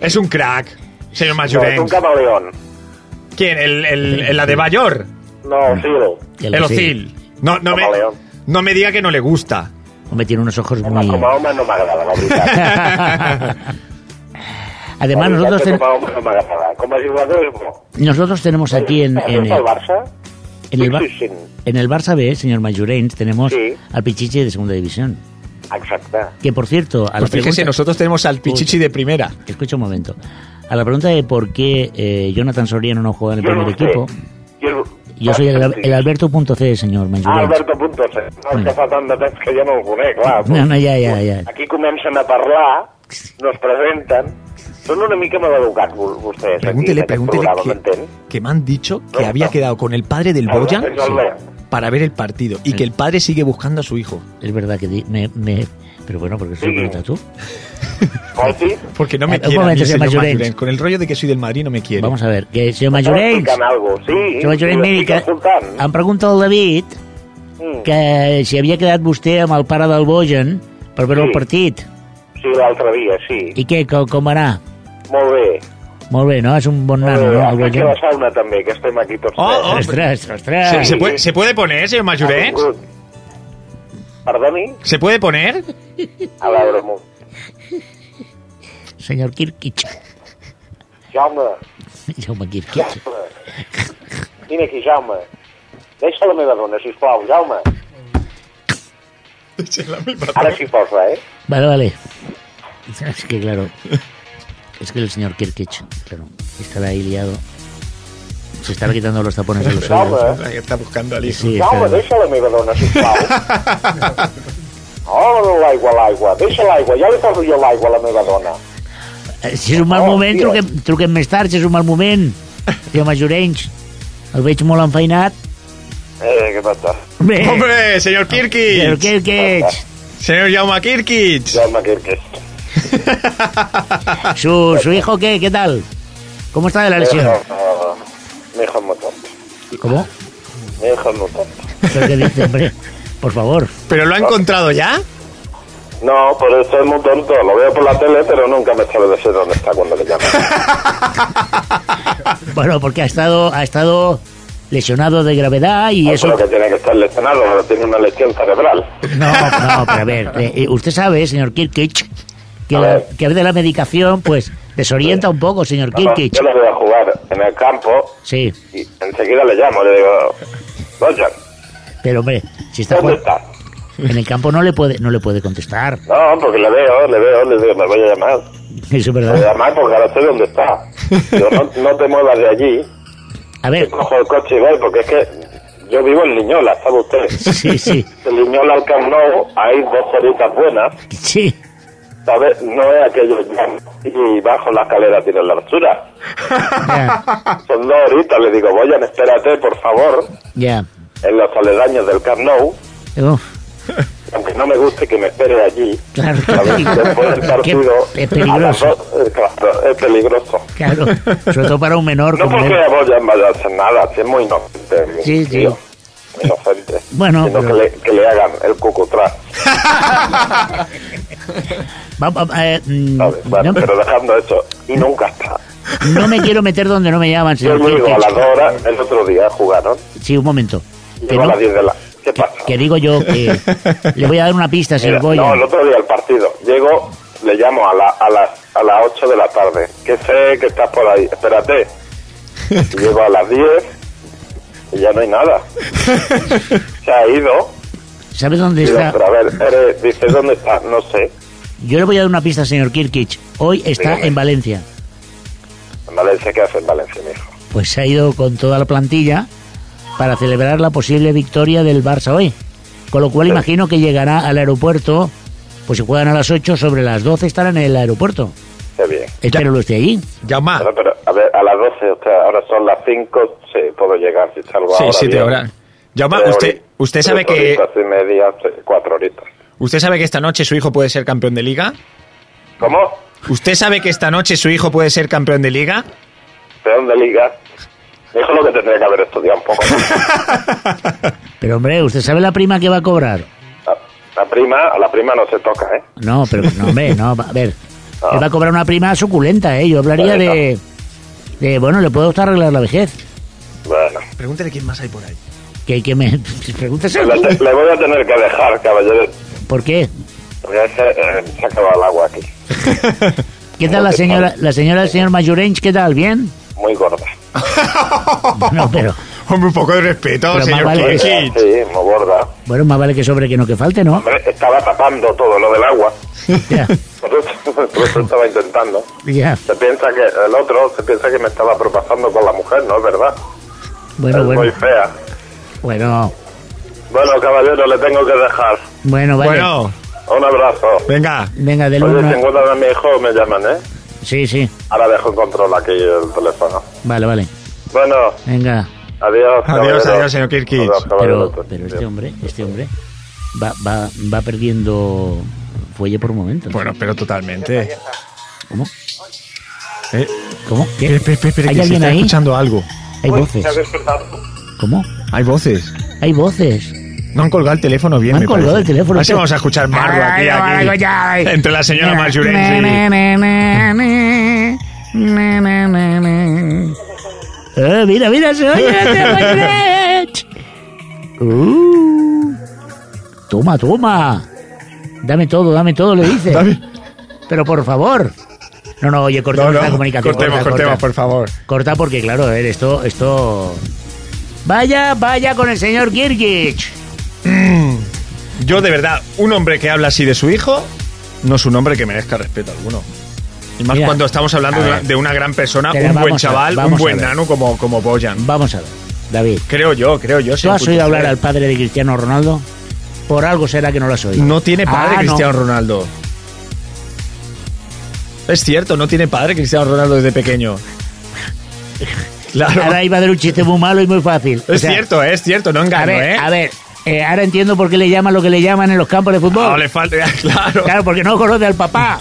Speaker 1: Es un crack, señor
Speaker 4: No, és un
Speaker 1: Majorens.
Speaker 4: camaleón.
Speaker 1: ¿Quién? El, el, el Adebayor.
Speaker 4: No,
Speaker 2: Ah.
Speaker 4: Phil.
Speaker 1: El Ocil. No, no, me,
Speaker 4: Camaleón.
Speaker 1: no me diga que no le gusta.
Speaker 2: Hombre, tiene unos ojos
Speaker 4: Home,
Speaker 2: muy...
Speaker 4: com a home no m'agrada, la veritat.
Speaker 2: [laughs] Además,
Speaker 4: La veritat
Speaker 2: nosotros,
Speaker 4: que
Speaker 2: ten-
Speaker 4: com a home no m'agrada. Com a jugador és bo.
Speaker 2: nosotros tenemos aquí en, en
Speaker 4: el...
Speaker 2: el,
Speaker 4: el Barça?
Speaker 2: en el Bar-
Speaker 4: Sí, sí,
Speaker 2: en el Barça B, señor Mayurens, tenemos
Speaker 4: Sí.
Speaker 2: al Pichichi de segunda división.
Speaker 4: sí. Exacte.
Speaker 2: Que, por cierto, a la
Speaker 1: Pues fíjese,
Speaker 2: pregunta-
Speaker 1: nosotros tenemos al Pichichi de primera.
Speaker 2: Escucha un momento. A la pregunta de por qué eh, Jonathan Soriano no juega en el
Speaker 4: Yo no
Speaker 2: primer
Speaker 4: sé. Ah,
Speaker 2: equipo,
Speaker 4: Yo,
Speaker 2: yo soy el, el Alberto.c, señor
Speaker 4: Ah,
Speaker 2: Mayurens.
Speaker 4: Alberto Puntos. No, és que fa tant de temps que ja no el conec, clar. doncs
Speaker 2: No, no, ja, ja, ja.
Speaker 4: Aquí comencen a parlar, no es presenten. Són una mica maleducats vo- vostès.
Speaker 1: Pregúntele,
Speaker 4: aquí, en aquest
Speaker 1: pregúntele
Speaker 4: programa,
Speaker 1: que,
Speaker 4: m'entén?
Speaker 1: que me han dicho que
Speaker 4: No,
Speaker 1: había
Speaker 4: no.
Speaker 1: quedado con el padre del
Speaker 4: Ahora
Speaker 1: Boyan
Speaker 4: tengo el Boyan.
Speaker 1: para ver el partido y que el padre sigue buscando a su hijo.
Speaker 2: Es verdad que di- me, me- Pero bueno, porque soy
Speaker 4: Sí.
Speaker 2: pregunta tú.
Speaker 4: Escolti,
Speaker 1: Porque no me
Speaker 2: Eh, un
Speaker 1: quiere a mí,
Speaker 2: momento, señor
Speaker 1: señor
Speaker 2: Majorens.
Speaker 1: Majorens. Con el rollo de que soy del Madrid no me quiere.
Speaker 2: Vamos a ver, que señor
Speaker 4: estan
Speaker 2: Mayurens,
Speaker 4: explicant alguna cosa. Sí,
Speaker 2: señor Mayurens,
Speaker 4: ho
Speaker 2: miri,
Speaker 4: estic
Speaker 2: que
Speaker 4: escoltant.
Speaker 2: han preguntado al David
Speaker 4: Mm.
Speaker 2: que s'hi havia quedat vostè amb el pare del Bojan per veure
Speaker 4: Sí.
Speaker 2: el partit.
Speaker 4: Sí, l'altre dia, sí.
Speaker 2: I què, com, com va anar?
Speaker 4: Molt bé.
Speaker 2: Molt bé, Ah, no? És un bon
Speaker 4: Molt
Speaker 2: nano,
Speaker 4: bé.
Speaker 2: no? El
Speaker 4: Aquí a la
Speaker 2: Bojan.
Speaker 4: sauna també, que estem aquí tots.
Speaker 1: Oh,
Speaker 4: tres.
Speaker 1: oh,
Speaker 2: Ostres, ostres.
Speaker 1: ¿Se, se
Speaker 4: sí.
Speaker 1: puede, se puede poner, señor
Speaker 4: Ha
Speaker 1: Mayurens?
Speaker 4: vingut. Perdoni?
Speaker 1: ¿Se puede poner?
Speaker 4: A veure, un moment.
Speaker 2: Senyor Kirkic. [laughs]
Speaker 4: Jaume,
Speaker 2: Jaume Kirkic.
Speaker 4: Jaume. Vine aquí, Jaume. Deixa la meva dona, sisplau, Jaume. Ara s'hi posa, eh?
Speaker 2: Vale, vale. Es que claro. Es que el señor Kirkic, claro, estará ahí liado. Se estará quitando los tapones de los
Speaker 4: Jaume,
Speaker 2: oídos.
Speaker 1: Ahí Está buscando al hijo.
Speaker 2: Sí,
Speaker 4: Jaume,
Speaker 2: está...
Speaker 4: deixa la meva dona, sisplau. Oh, l'aigua, l'aigua. Deixa l'aigua. Ja li poso jo l'aigua a la meva dona.
Speaker 2: Eh, Si és un mal
Speaker 4: Oh,
Speaker 2: moment,
Speaker 4: tio.
Speaker 2: truquem, truquem més tard, si és un mal
Speaker 4: [laughs]
Speaker 2: moment. Senyor Majorenys, el veig molt enfeinat.
Speaker 4: Eh, què passa?
Speaker 2: Bé,
Speaker 1: ¡Hombre, señor
Speaker 2: Senyor
Speaker 1: Kirkic!
Speaker 2: Kirkic,
Speaker 4: [laughs]
Speaker 1: ¡Señor Jaume Kirkic!
Speaker 4: Jaume, què, què?
Speaker 2: su, su hijo, ¿qué, ¿qué tal? ¿Cómo está de la lesión?
Speaker 4: Me deja muy tonto. [laughs]
Speaker 2: ¿Cómo?
Speaker 4: Me deja muy tonto.
Speaker 2: ¿Pero qué dice, hombre? Por favor.
Speaker 1: ¿Pero lo ha encontrado ya?
Speaker 4: No, pero esto es muy tonto. Lo veo por la tele, pero nunca me sabe decir dónde está cuando le llamo.
Speaker 2: Bueno, porque ha estado, ha estado lesionado de gravedad y eso...
Speaker 4: Creo que tiene que estar lesionado, pero tiene una lesión cerebral.
Speaker 2: No, no, pero a ver, eh, eh, usted sabe, señor Kirkich, que,
Speaker 4: A
Speaker 2: la-
Speaker 4: ver.
Speaker 2: que a veces la medicación, pues, desorienta un poco, señor
Speaker 4: No, yo
Speaker 2: Kirkich.
Speaker 4: le voy a jugar en el campo
Speaker 2: Sí,
Speaker 4: y enseguida le llamo. Le digo, Bojan,
Speaker 2: pero hombre, si está
Speaker 4: ¿dónde
Speaker 2: jugando
Speaker 4: está?
Speaker 2: en el campo no le puede, no le puede contestar. [laughs]
Speaker 4: No, porque le veo, le veo, le digo, me voy a llamar.
Speaker 2: Eso es
Speaker 4: Me voy a
Speaker 2: verdad.
Speaker 4: llamar porque ahora sé
Speaker 2: [laughs]
Speaker 4: dónde está. Digo, no, no te muevas de allí,
Speaker 2: A ver,
Speaker 4: cojo el coche y voy, porque es que yo vivo en Liñola, ¿sabe usted?
Speaker 2: sí, sí,
Speaker 4: De Liñola al Camp Nou hay dos horitas buenas.
Speaker 2: sí.
Speaker 4: ¿sabes? No es aquello ya, y bajo la escalera tiene la
Speaker 2: [laughs]
Speaker 4: basura.
Speaker 2: Ya,
Speaker 4: Son dos horitas, le digo, Boyan, espérate, por favor,
Speaker 2: ya.
Speaker 4: en los aledaños del Camp Nou,
Speaker 2: Uf,
Speaker 4: aunque no me guste que me espere allí.
Speaker 2: claro,
Speaker 4: ¿sabes? Después
Speaker 2: [laughs]
Speaker 4: del
Speaker 2: Qué-
Speaker 4: partido,
Speaker 2: es
Speaker 4: a las
Speaker 2: peligroso,
Speaker 4: dos- eh, claro, es peligroso.
Speaker 2: claro. Sobre todo para un menor
Speaker 4: No
Speaker 2: Pues como él.
Speaker 4: porque Boyan vaya a hacer nada, si es muy inocente. mi
Speaker 2: Sí, sí.
Speaker 4: tío, muy Inocente.
Speaker 2: Bueno,
Speaker 4: sino
Speaker 2: pero-
Speaker 4: que, le, que le hagan el cucutrá.
Speaker 2: Va- va- eh, mm,
Speaker 4: ¿sabes? Bueno,
Speaker 2: no,
Speaker 4: pero dejando eso, y nunca está.
Speaker 2: no me quiero meter donde no me llaman,
Speaker 4: Yo
Speaker 2: señor
Speaker 4: le digo, a las dos
Speaker 2: Kirkich.
Speaker 4: horas, el otro día jugaron,
Speaker 2: Sí, un momento. Que
Speaker 4: llegó a
Speaker 2: no-
Speaker 4: las 10 de la... ¿Qué pasa?
Speaker 2: que digo yo que le voy a dar una pista, señor
Speaker 4: Mira, no,
Speaker 2: Boyan.
Speaker 4: el otro día al partido. Llego, le llamo a, la, a, las, a las 8 de la tarde. Que sé que estás por ahí,
Speaker 1: [laughs]
Speaker 4: espérate. Y Llego a las 10 y ya no
Speaker 1: [laughs]
Speaker 4: hay nada. Se ha ido.
Speaker 2: ¿Sabes dónde
Speaker 4: Digo,
Speaker 2: está?
Speaker 4: pero a ver, eres- dice, ¿dónde estás? No sé.
Speaker 2: Yo le voy a dar una pista, señor Kirkich. Hoy está
Speaker 4: Dígame.
Speaker 2: en Valencia.
Speaker 4: En Valencia, ¿qué hace en Valencia, mi hijo?
Speaker 2: Pues se ha ido con toda la plantilla para celebrar la posible victoria del Barça hoy. Con lo cual imagino que llegará al aeropuerto, pues si juegan a las 8, sobre las 12 estará en el aeropuerto.
Speaker 4: Qué bien.
Speaker 2: Espero lo esté allí.
Speaker 1: Jaume.
Speaker 4: Pero, pero, a ver, a las 12, o sea, ahora son las 5, sí, puedo llegar si salgo
Speaker 1: Sí,
Speaker 4: ahora.
Speaker 1: siete
Speaker 4: bien.
Speaker 1: horas. Jaume,
Speaker 4: Tres
Speaker 1: usted,
Speaker 4: horitas,
Speaker 1: usted sabe
Speaker 4: tres
Speaker 1: que
Speaker 4: horitas y media, tres- cuatro horitas.
Speaker 1: usted sabe que esta noche su hijo puede ser campeón de liga.
Speaker 4: ¿Cómo?
Speaker 1: ¿Usted sabe que esta noche su hijo puede ser campeón de liga?
Speaker 4: ¿De dónde liga? Eso es lo que tendría que haber estudiado un poco.
Speaker 2: [laughs] Pero hombre, ¿usted sabe la prima que va a cobrar?
Speaker 4: La, la prima, a la prima no se toca, ¿eh?
Speaker 2: No, pero no, hombre, no, va- a ver.
Speaker 4: Ah.
Speaker 2: Él va a cobrar una prima suculenta, ¿eh? Yo hablaría
Speaker 4: Bueno.
Speaker 2: de, de... Bueno, le puedo gustar arreglar la vejez.
Speaker 4: Bueno.
Speaker 1: Pregúntale quién más hay por ahí.
Speaker 2: Que, que me... [laughs] Pregúntese a
Speaker 4: Le,
Speaker 2: mí.
Speaker 4: te- le voy a tener que dejar, caballero.
Speaker 2: ¿Por qué?
Speaker 4: Porque ese, eh, se ha acabado el agua aquí.
Speaker 2: ¿Qué tal la señora, la señora del señor Mayorench? ¿Qué tal? ¿Bien?
Speaker 4: Muy gorda.
Speaker 2: No, pero...
Speaker 1: Hombre, un poco de respeto,
Speaker 2: Pero más
Speaker 1: señor
Speaker 2: vale-
Speaker 4: Muy
Speaker 2: Pues
Speaker 1: Kirkic.
Speaker 4: gorda, Sí, muy gorda.
Speaker 2: Bueno, más vale que sobre que no que falte, ¿no?
Speaker 4: Hombre, Estaba tapando todo lo del agua.
Speaker 2: [laughs] Ya,
Speaker 4: Por eso, [laughs]
Speaker 2: [laughs]
Speaker 4: por eso estaba intentando.
Speaker 2: ya.
Speaker 4: Se piensa que el otro se piensa que me estaba propasando con la mujer, ¿no? Es verdad.
Speaker 2: Bueno,
Speaker 4: es muy
Speaker 2: bueno,
Speaker 4: fea.
Speaker 2: bueno,
Speaker 4: Bueno, caballero, le tengo que dejar.
Speaker 2: bueno, vale.
Speaker 1: Bueno,
Speaker 4: Un abrazo.
Speaker 1: venga.
Speaker 2: Venga, del
Speaker 4: Oye, si
Speaker 2: uno...
Speaker 4: encuentran a mi hijo, me llaman, ¿eh?
Speaker 2: Sí, sí,
Speaker 4: Ahora dejo en control aquí el teléfono.
Speaker 2: vale, vale.
Speaker 4: Bueno,
Speaker 2: Venga,
Speaker 4: adiós.
Speaker 1: Adiós,
Speaker 4: caballero.
Speaker 1: adiós, señor Kirkic.
Speaker 4: Adiós, caballero.
Speaker 2: pero, pero este hombre, este hombre va, va, va perdiendo fuelle por momentos.
Speaker 1: Bueno, pero totalmente.
Speaker 2: ¿Cómo?
Speaker 1: Eh,
Speaker 2: ¿Cómo?
Speaker 1: espera,
Speaker 2: ¿Qué?
Speaker 1: espera, espera,
Speaker 2: ¿Hay
Speaker 1: que se
Speaker 2: alguien
Speaker 1: está
Speaker 2: ahí?
Speaker 1: escuchando algo.
Speaker 2: Hay voces.
Speaker 4: Se ha despertado.
Speaker 2: ¿Cómo?
Speaker 1: Hay voces.
Speaker 2: Hay voces.
Speaker 1: No han colgado el teléfono bien.
Speaker 2: Me han
Speaker 1: me
Speaker 2: colgado
Speaker 1: parece.
Speaker 2: el teléfono.
Speaker 1: Así vamos a escuchar Marlo aquí, aquí, Entre la señora Marjurens
Speaker 2: Eh, mira, mira, se oye la señora Marjurens. Uh, toma, toma. Dame todo, dame todo, le dice. Pero por favor. No, no, oye,
Speaker 1: No,
Speaker 2: cortemos la
Speaker 1: no,
Speaker 2: comunicación.
Speaker 1: cortemos,
Speaker 2: corta,
Speaker 1: cortemos,
Speaker 2: corta.
Speaker 1: por favor.
Speaker 2: Corta porque, claro, a ver, esto, esto... Vaya, vaya con el señor Girgich.
Speaker 1: Yo, de verdad, un hombre que habla así de su hijo no es un hombre que merezca respeto alguno. Y más
Speaker 2: Mira,
Speaker 1: cuando estamos hablando
Speaker 2: a
Speaker 1: de una,
Speaker 2: ver.
Speaker 1: de una gran persona,
Speaker 2: Pero
Speaker 1: un buen
Speaker 2: vamos a-
Speaker 1: chaval, un
Speaker 2: vamos a
Speaker 1: buen
Speaker 2: ver.
Speaker 1: nano como, como Boyan.
Speaker 2: Vamos a ver, David.
Speaker 1: Creo yo, creo yo.
Speaker 2: ¿Tú
Speaker 1: señor
Speaker 2: has oído hablar
Speaker 1: Cuchuflé.
Speaker 2: al padre de Cristiano Ronaldo? Por algo será que no lo has oído.
Speaker 1: No tiene padre
Speaker 2: Ah, no.
Speaker 1: Cristiano Ronaldo. Es cierto, no tiene padre Cristiano Ronaldo desde
Speaker 2: [laughs]
Speaker 1: pequeño. Claro.
Speaker 2: Ahora iba a dar un chiste muy malo y muy fácil. O
Speaker 1: Es
Speaker 2: sea,
Speaker 1: cierto, es cierto, no
Speaker 2: A
Speaker 1: engaño,
Speaker 2: ver,
Speaker 1: ¿eh?
Speaker 2: a ver, eh, ahora entiendo por qué le llaman lo que le llaman en los campos de fútbol.
Speaker 1: No le falta, [laughs] claro.
Speaker 2: Claro, porque no conoce al papá.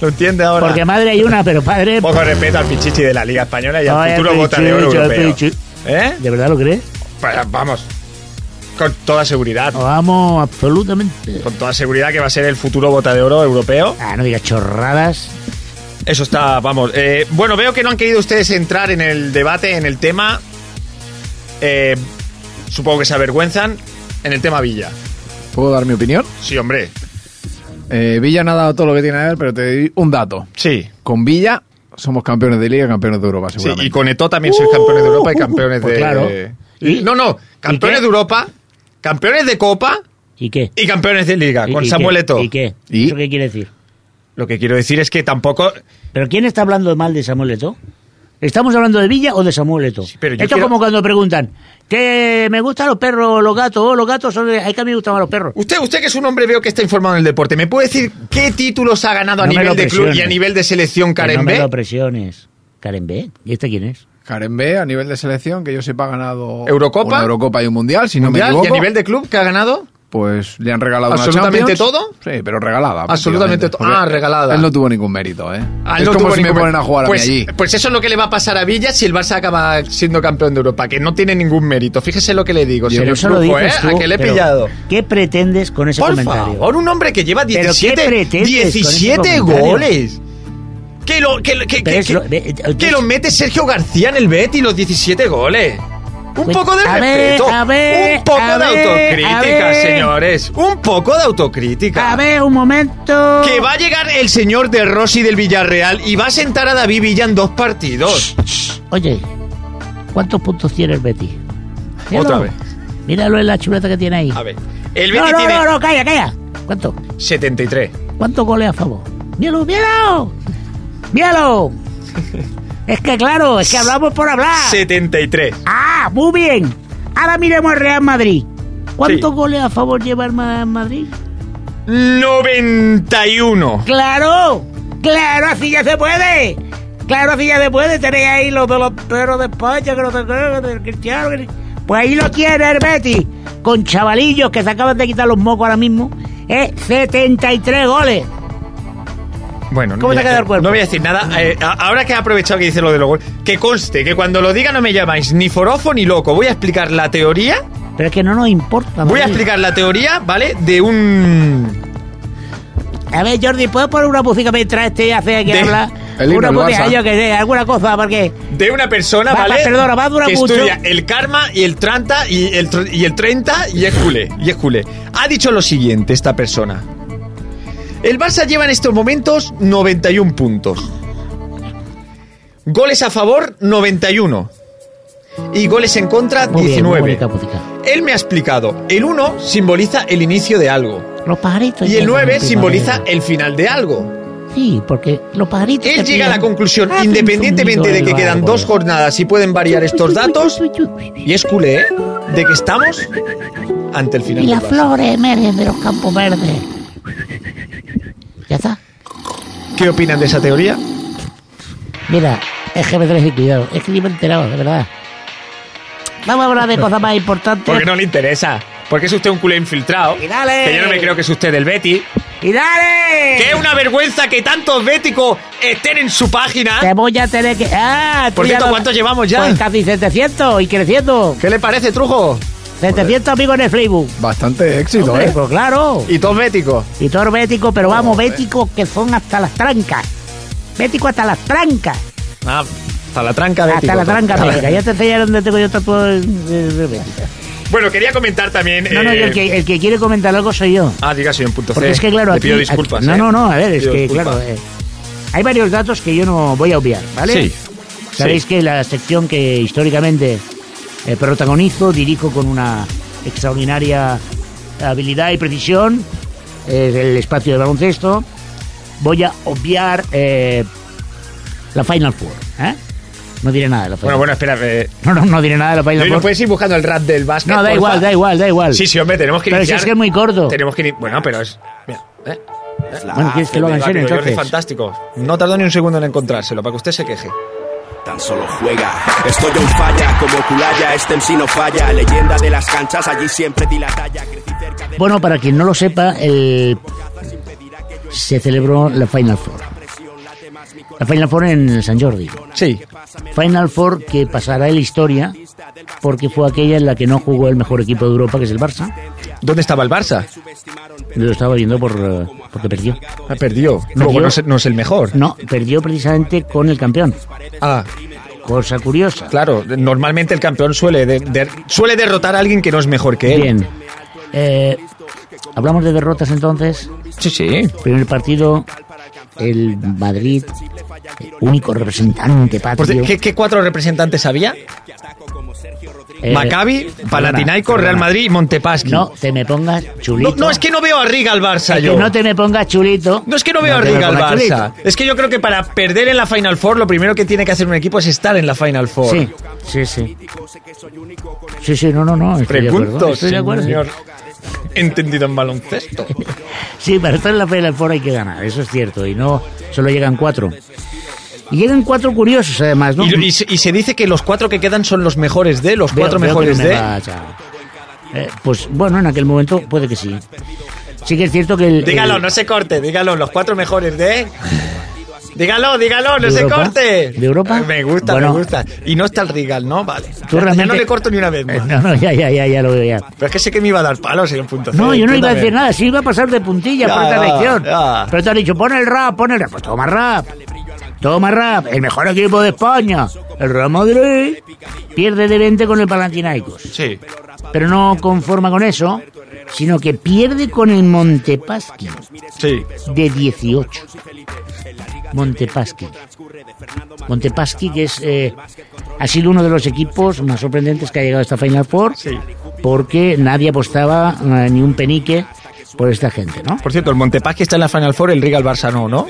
Speaker 1: Lo entiende ahora.
Speaker 2: Porque madre hay una, pero padre.
Speaker 1: Poco respeto al pichichi de la Liga Española y
Speaker 2: Ay,
Speaker 1: al
Speaker 2: al
Speaker 1: futuro bota de oro
Speaker 2: pichichi, al
Speaker 1: europeo.
Speaker 2: pichichi.
Speaker 1: ¿Eh?
Speaker 2: ¿De verdad lo crees?
Speaker 1: Pues, vamos. Con toda seguridad.
Speaker 2: Lo amo absolutamente.
Speaker 1: Con toda seguridad que va a ser el futuro bota de oro europeo.
Speaker 2: Ah, no digas chorradas.
Speaker 1: Eso está, vamos. Eh, bueno, veo que no han querido ustedes entrar en el debate, en el tema. Eh, supongo que se avergüenzan. En el tema Villa.
Speaker 3: ¿Puedo dar mi opinión?
Speaker 1: Sí, hombre.
Speaker 3: Eh, Villa no ha dado todo lo que tiene que ver, pero te doy un dato.
Speaker 1: Sí.
Speaker 3: Con Villa somos campeones de Liga, campeones de Europa,
Speaker 1: sí
Speaker 3: seguramente.
Speaker 1: y con Eto también sois campeones de Europa y campeones
Speaker 2: Pues
Speaker 1: de.
Speaker 2: claro.
Speaker 1: y- no, no.
Speaker 2: ¿Y
Speaker 1: Campeones
Speaker 2: qué?
Speaker 1: de Europa, campeones de Copa
Speaker 2: ¿Y qué?
Speaker 1: y campeones de Liga.
Speaker 2: ¿Y-
Speaker 1: Con
Speaker 2: y
Speaker 1: Samuel
Speaker 2: qué?
Speaker 1: Eto.
Speaker 2: ¿Y qué?
Speaker 3: ¿Y?
Speaker 2: ¿Eso qué quiere decir?
Speaker 1: Lo que quiero decir es que tampoco.
Speaker 2: ¿Pero quién está hablando mal de Samuel Eto? ¿Estamos hablando de Villa o de Samuel Eto?
Speaker 1: Sí, pero yo
Speaker 2: Esto es
Speaker 1: quiero-
Speaker 2: como cuando preguntan, ¿qué me gustan los perros o los gatos? Oh, los gatos son... Ay, que a mí me gustan más los perros.
Speaker 1: Usted, usted que es un hombre, veo que está informado en el deporte, ¿me puede decir qué títulos ha ganado a
Speaker 2: No me
Speaker 1: nivel
Speaker 2: lo
Speaker 1: de club y a
Speaker 2: presione.
Speaker 1: nivel de selección
Speaker 2: Que no
Speaker 1: Karen
Speaker 2: me lo
Speaker 1: B?
Speaker 2: presiones. ¿Karen B? ¿Y este quién es?
Speaker 3: Karen B, a nivel de selección, que yo sepa, ha ganado
Speaker 1: ¿Eurocopa?
Speaker 3: una Eurocopa y un Mundial, si
Speaker 1: Mundial,
Speaker 3: no
Speaker 1: ¿Y
Speaker 3: me
Speaker 1: a
Speaker 3: equivoco.
Speaker 1: nivel de club que ha ganado?
Speaker 3: Pues le han regalado
Speaker 1: ¿Absolutamente
Speaker 3: una Champions.
Speaker 1: todo?
Speaker 3: Sí, pero regalada.
Speaker 1: Absolutamente
Speaker 3: prácticamente,
Speaker 1: todo. Ah,
Speaker 3: porque
Speaker 1: regalada.
Speaker 3: Él no tuvo ningún mérito, ¿eh?
Speaker 1: Ah,
Speaker 3: es
Speaker 1: no
Speaker 3: como
Speaker 1: tuvo
Speaker 3: si me
Speaker 1: ningún-
Speaker 3: ponen a jugar a
Speaker 1: pues,
Speaker 3: mí allí.
Speaker 1: Pues eso es lo que le va a pasar a Villa si el Barça acaba siendo campeón de Europa, que no tiene ningún mérito. Fíjese lo que le digo,
Speaker 2: Pero
Speaker 1: señor
Speaker 2: eso lo
Speaker 1: Flujo,
Speaker 2: dices
Speaker 1: ¿eh?
Speaker 2: tú,
Speaker 1: a que le he
Speaker 2: pero
Speaker 1: pillado.
Speaker 2: ¿Qué pretendes con ese
Speaker 1: Por
Speaker 2: comentario?
Speaker 1: favor, un hombre que lleva
Speaker 2: ¿Pero qué
Speaker 1: 17,
Speaker 2: pretendes con ese
Speaker 1: 17
Speaker 2: comentario?
Speaker 1: goles. Que lo, que, que-
Speaker 2: Pero
Speaker 1: que-
Speaker 2: es lo-
Speaker 1: que-
Speaker 2: ve- eh, eh,
Speaker 1: que lo mete Sergio García en el Betty los 17 goles. Un
Speaker 2: Pues,
Speaker 1: poco de
Speaker 2: a ver,
Speaker 1: respeto.
Speaker 2: a ver,
Speaker 1: un poco
Speaker 2: a
Speaker 1: de
Speaker 2: ver,
Speaker 1: autocrítica,
Speaker 2: a ver.
Speaker 1: señores. Un poco de autocrítica.
Speaker 2: A ver, un momento.
Speaker 1: Que va a llegar el señor de Rossi del Villarreal y va a sentar a David Villa en dos partidos.
Speaker 2: Oye, ¿cuántos puntos tiene el Betty?
Speaker 1: Otra vez.
Speaker 2: Míralo en la chuleta que tiene ahí.
Speaker 1: A ver. El
Speaker 2: no,
Speaker 1: Betty
Speaker 2: no,
Speaker 1: tiene
Speaker 2: no, no, calla, calla. ¿Cuánto?
Speaker 1: 73.
Speaker 2: ¿Cuántos goles a favor? ¡Míralo, míralo! ¡Míralo! es que claro, es que hablamos por hablar.
Speaker 1: 73.
Speaker 2: Ah, muy bien. Ahora miremos al Real Madrid. ¿Cuántos
Speaker 1: Sí.
Speaker 2: goles a favor lleva el Ma- Madrid?
Speaker 1: 91.
Speaker 2: ¡Claro! ¡Claro, así ya se puede! ¡Claro, así ya se puede! Tenéis ahí los de los perros de España, que no te creo, que te- cristiano. que- Pues ahí lo tiene el Betis, con chavalillos que se acaban de quitar los mocos ahora mismo. Es 73 goles.
Speaker 1: Bueno, no
Speaker 2: ¿Cómo te ha
Speaker 1: voy a-
Speaker 2: quedado el cuerpo?
Speaker 1: No voy a decir nada. Eh, a- ahora que he aprovechado que dice lo de los goles, que conste que cuando lo diga no me llamáis ni forofo ni loco. Voy a explicar la teoría.
Speaker 2: Pero es que no nos importa.
Speaker 1: Voy a
Speaker 2: Madrid.
Speaker 1: explicar la teoría, ¿vale? De un.
Speaker 2: A ver, Jordi, ¿puedes poner una música mientras este hace aquí
Speaker 1: De-
Speaker 2: habla?
Speaker 3: el himno
Speaker 2: Una
Speaker 3: del
Speaker 2: música,
Speaker 3: Barça.
Speaker 2: yo que sé, alguna cosa, porque...
Speaker 1: De una persona,
Speaker 2: Va,
Speaker 1: ¿vale?
Speaker 2: va, perdona, va a durar
Speaker 1: que
Speaker 2: mucho.
Speaker 1: estudia el karma y el 30 y el, tr- y el 30 y es culé, y es culé. Ha dicho lo siguiente esta persona. El Barça lleva en estos momentos 91 puntos. Goles a favor 91. Y goles en contra
Speaker 2: Muy bien, muy
Speaker 1: 19.
Speaker 2: bonita música.
Speaker 1: Él me ha explicado, el 1 simboliza el inicio de algo
Speaker 2: Los pajaritos...
Speaker 1: y el
Speaker 2: llegan
Speaker 1: 9
Speaker 2: en
Speaker 1: simboliza
Speaker 2: primavera.
Speaker 1: el final de algo.
Speaker 2: Sí, porque los pajaritos... Ah,
Speaker 1: Él
Speaker 2: te
Speaker 1: llega a la
Speaker 2: pillan.
Speaker 1: conclusión,
Speaker 2: Hacen
Speaker 1: independientemente
Speaker 2: zumbido
Speaker 1: de que
Speaker 2: el
Speaker 1: quedan
Speaker 2: árbol.
Speaker 1: dos jornadas y pueden variar estos datos, y es culé, ¿eh? de que estamos ante el final
Speaker 2: Y
Speaker 1: del
Speaker 2: las
Speaker 1: Barça.
Speaker 2: flores merecen de los campos verdes. Ya está.
Speaker 1: ¿Qué opinan de esa teoría?
Speaker 2: Mira, es GB3 y cuidado. Es que ni me he enterado, de verdad. Vamos a hablar de cosas más importantes.
Speaker 1: Porque no le interesa. Porque es usted un culé infiltrado.
Speaker 2: Y dale. Eh.
Speaker 1: Que yo no me creo que es usted del Betty.
Speaker 2: ¡Y dale!
Speaker 1: Que es una vergüenza que tantos béticos estén en su página.
Speaker 2: Te voy a tener que... ¡Ah! tú
Speaker 1: Por
Speaker 2: ya
Speaker 1: cierto,
Speaker 2: no-
Speaker 1: ¿cuántos llevamos ya?
Speaker 2: Pues casi 700 y creciendo.
Speaker 1: ¿Qué le parece, Trujo?
Speaker 2: 700 amigos en el Facebook.
Speaker 3: Bastante éxito,
Speaker 2: Hombre,
Speaker 3: ¿eh?
Speaker 2: pues claro.
Speaker 1: Y todos béticos.
Speaker 2: Y todos béticos, pero vamos, béticos que son hasta las trancas. Béticos hasta las trancas.
Speaker 1: Ah, hasta la tranca bético.
Speaker 2: Hasta la tranca,
Speaker 1: Hasta la-
Speaker 2: venga. Ya te enseñaré dónde tengo yo tatuado. el- el- el-
Speaker 1: Bueno, quería comentar también.
Speaker 2: No, no,
Speaker 1: eh,
Speaker 2: yo el que, el que quiere comentar algo soy yo.
Speaker 1: Ah, diga señor punto C.
Speaker 2: Porque es que, claro,
Speaker 1: Le
Speaker 2: aquí-
Speaker 1: pido disculpas.
Speaker 2: aquí- no,
Speaker 1: eh.
Speaker 2: no, no, a ver,
Speaker 1: Le
Speaker 2: es
Speaker 1: pido
Speaker 2: que,
Speaker 1: disculpas.
Speaker 2: claro, eh, hay varios datos que yo no voy a obviar, ¿vale?
Speaker 1: Sí.
Speaker 2: Sabéis
Speaker 1: Sí.
Speaker 2: que la sección que históricamente eh, protagonizo, dirijo con una extraordinaria habilidad y precisión eh, del espacio de baloncesto, voy a obviar eh, la Final Four, ¿eh? No diré nada de la Final
Speaker 1: Bueno, bueno, espera. eh,
Speaker 2: Four. [laughs] No, no, no diré nada de la Final
Speaker 1: Luis, ¿No
Speaker 2: Four.
Speaker 1: puedes ir buscando el rap del básquet?
Speaker 2: No, da
Speaker 1: porfa?
Speaker 2: igual, da igual, da igual.
Speaker 1: Sí, sí, hombre, tenemos que
Speaker 2: Pero si
Speaker 1: iniciar.
Speaker 2: es que es muy corto.
Speaker 1: Tenemos que ini- Bueno, pero es. Mira, eh,
Speaker 2: Bueno, ¿quieres que lo haga en serio,
Speaker 1: rápido, Jordi,
Speaker 2: entonces?
Speaker 1: fantástico. No tardó ni un segundo en encontrárselo, para que usted se queje.
Speaker 5: Tan solo juega, estoy on falla, como Kulaya, este MC no falla, leyenda de las canchas, allí siempre di la talla, crecí cerca de
Speaker 2: Bueno, para quien no lo sepa, el... se celebró la Final Four. La Final Four en San Jordi.
Speaker 1: Sí.
Speaker 2: Final Four que pasará en la historia porque fue aquella en la que no jugó el mejor equipo de Europa, que es el Barça.
Speaker 1: ¿Dónde estaba el Barça?
Speaker 2: Yo lo estaba viendo por, eh, porque perdió.
Speaker 1: Ah, perdió. Luego
Speaker 2: Perdió.
Speaker 1: no es, no es el mejor.
Speaker 2: No, perdió precisamente con el campeón.
Speaker 1: Ah,
Speaker 2: Cosa curiosa.
Speaker 1: claro. Normalmente el campeón suele, de- de- suele derrotar a alguien que no es mejor que él.
Speaker 2: Bien. Eh, Hablamos de derrotas entonces.
Speaker 1: Sí, sí.
Speaker 2: Primer partido, el Madrid, el único representante
Speaker 1: Por
Speaker 2: patrio.
Speaker 1: cierto, ¿Qué, qué cuatro representantes había?
Speaker 2: Eh,
Speaker 1: Maccabi,
Speaker 2: perdona,
Speaker 1: Panathinaikos,
Speaker 2: perdona.
Speaker 1: Real Madrid y Montepaschi.
Speaker 2: No te me pongas chulito.
Speaker 1: No, no, es que no veo arriba al Barça
Speaker 2: Es que
Speaker 1: yo.
Speaker 2: no te me pongas chulito.
Speaker 1: No es que no veo
Speaker 2: te me
Speaker 1: arriba al
Speaker 2: pongas
Speaker 1: Barça. Es que yo creo que para perder en la Final Four, lo primero que tiene que hacer un equipo es estar en la Final Four.
Speaker 2: chulito. Sí, sí, sí. Sí, sí, no, no, no. Estoy de acuerdo.
Speaker 1: Pregunto,
Speaker 2: Estoy de acuerdo.
Speaker 1: señor. Entendido en baloncesto.
Speaker 2: Sí, para estar en la Final Four hay que ganar, eso es cierto. Y no, solo llegan cuatro. Y llegan cuatro curiosos, además, ¿no?
Speaker 1: Y, y se- y se dice que los cuatro que quedan son los mejores de, los
Speaker 2: Veo-
Speaker 1: cuatro
Speaker 2: veo que
Speaker 1: mejores
Speaker 2: no me
Speaker 1: de.
Speaker 2: vas a- Eh, pues bueno, en aquel momento puede que sí. Sí que es cierto que el.
Speaker 1: Dígalo,
Speaker 2: el-
Speaker 1: no se corte, dígalo, los cuatro mejores de. Dígalo, dígalo, no
Speaker 2: ¿De
Speaker 1: se
Speaker 2: Europa?
Speaker 1: corte.
Speaker 2: ¿De Europa?
Speaker 1: Ah, Me gusta,
Speaker 2: Bueno.
Speaker 1: me gusta. Y no está el Regal, ¿no? Vale.
Speaker 2: Tú
Speaker 1: Ya- Ya
Speaker 2: realmente-
Speaker 1: no le corto ni una vez
Speaker 2: Eh,
Speaker 1: más.
Speaker 2: [laughs] No, no, ya, ya, ya, ya lo veo ya.
Speaker 1: Pero es que sé que me iba a dar palos en el punto C,
Speaker 2: No, yo no
Speaker 1: Eh, tú
Speaker 2: iba a
Speaker 1: también.
Speaker 2: decir nada, sí iba a pasar de puntilla
Speaker 1: Ya,
Speaker 2: por esta
Speaker 1: ya,
Speaker 2: elección.
Speaker 1: ya.
Speaker 2: Pero te han dicho, pon el rap, pon el rap. Pues toma rap. Toma rap, el mejor equipo de España. El Real Madrid pierde de 20 con el Panathinaikos.
Speaker 1: Sí.
Speaker 2: Pero no conforma con eso, sino que pierde con el Montepaschi
Speaker 1: Sí.
Speaker 2: de 18. Montepaschi. Montepaschi, que es, eh, ha sido uno de los equipos más sorprendentes que ha llegado a esta Final Four,
Speaker 1: Sí.
Speaker 2: porque nadie apostaba eh, ni un penique por esta gente, ¿no?
Speaker 1: Por cierto, el Montepaz que está en la Final Four, el Riga al Barça no, ¿no?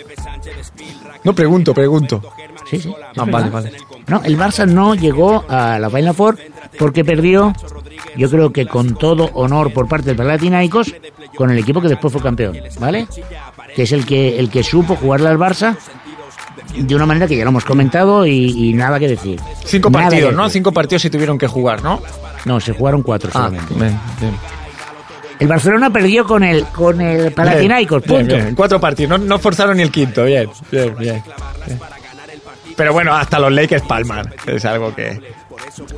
Speaker 1: No pregunto, pregunto.
Speaker 2: Sí, sí.
Speaker 1: Ah,
Speaker 2: es
Speaker 1: vale,
Speaker 2: verdad.
Speaker 1: vale.
Speaker 2: No, el Barça no llegó a la Final Four porque perdió, yo creo que con todo honor por parte del Palatinaicos, con el equipo que después fue campeón, ¿vale? Que es el que, el que supo jugarle al Barça de una manera que ya lo hemos comentado y, y nada que decir.
Speaker 1: Cinco
Speaker 2: Nada
Speaker 1: partidos,
Speaker 2: que
Speaker 1: ¿no?
Speaker 2: decir.
Speaker 1: Cinco partidos se tuvieron que jugar, ¿no?
Speaker 2: No, se jugaron cuatro
Speaker 1: Ah,
Speaker 2: solamente.
Speaker 1: bien, bien.
Speaker 2: El Barcelona perdió con el, con el Palatinaicos,
Speaker 1: Bien,
Speaker 2: punto.
Speaker 1: bien, Cuatro partidos, no, no forzaron ni el quinto, bien, bien, bien. bien. Pero bueno, hasta los Lakers palman. Es algo que.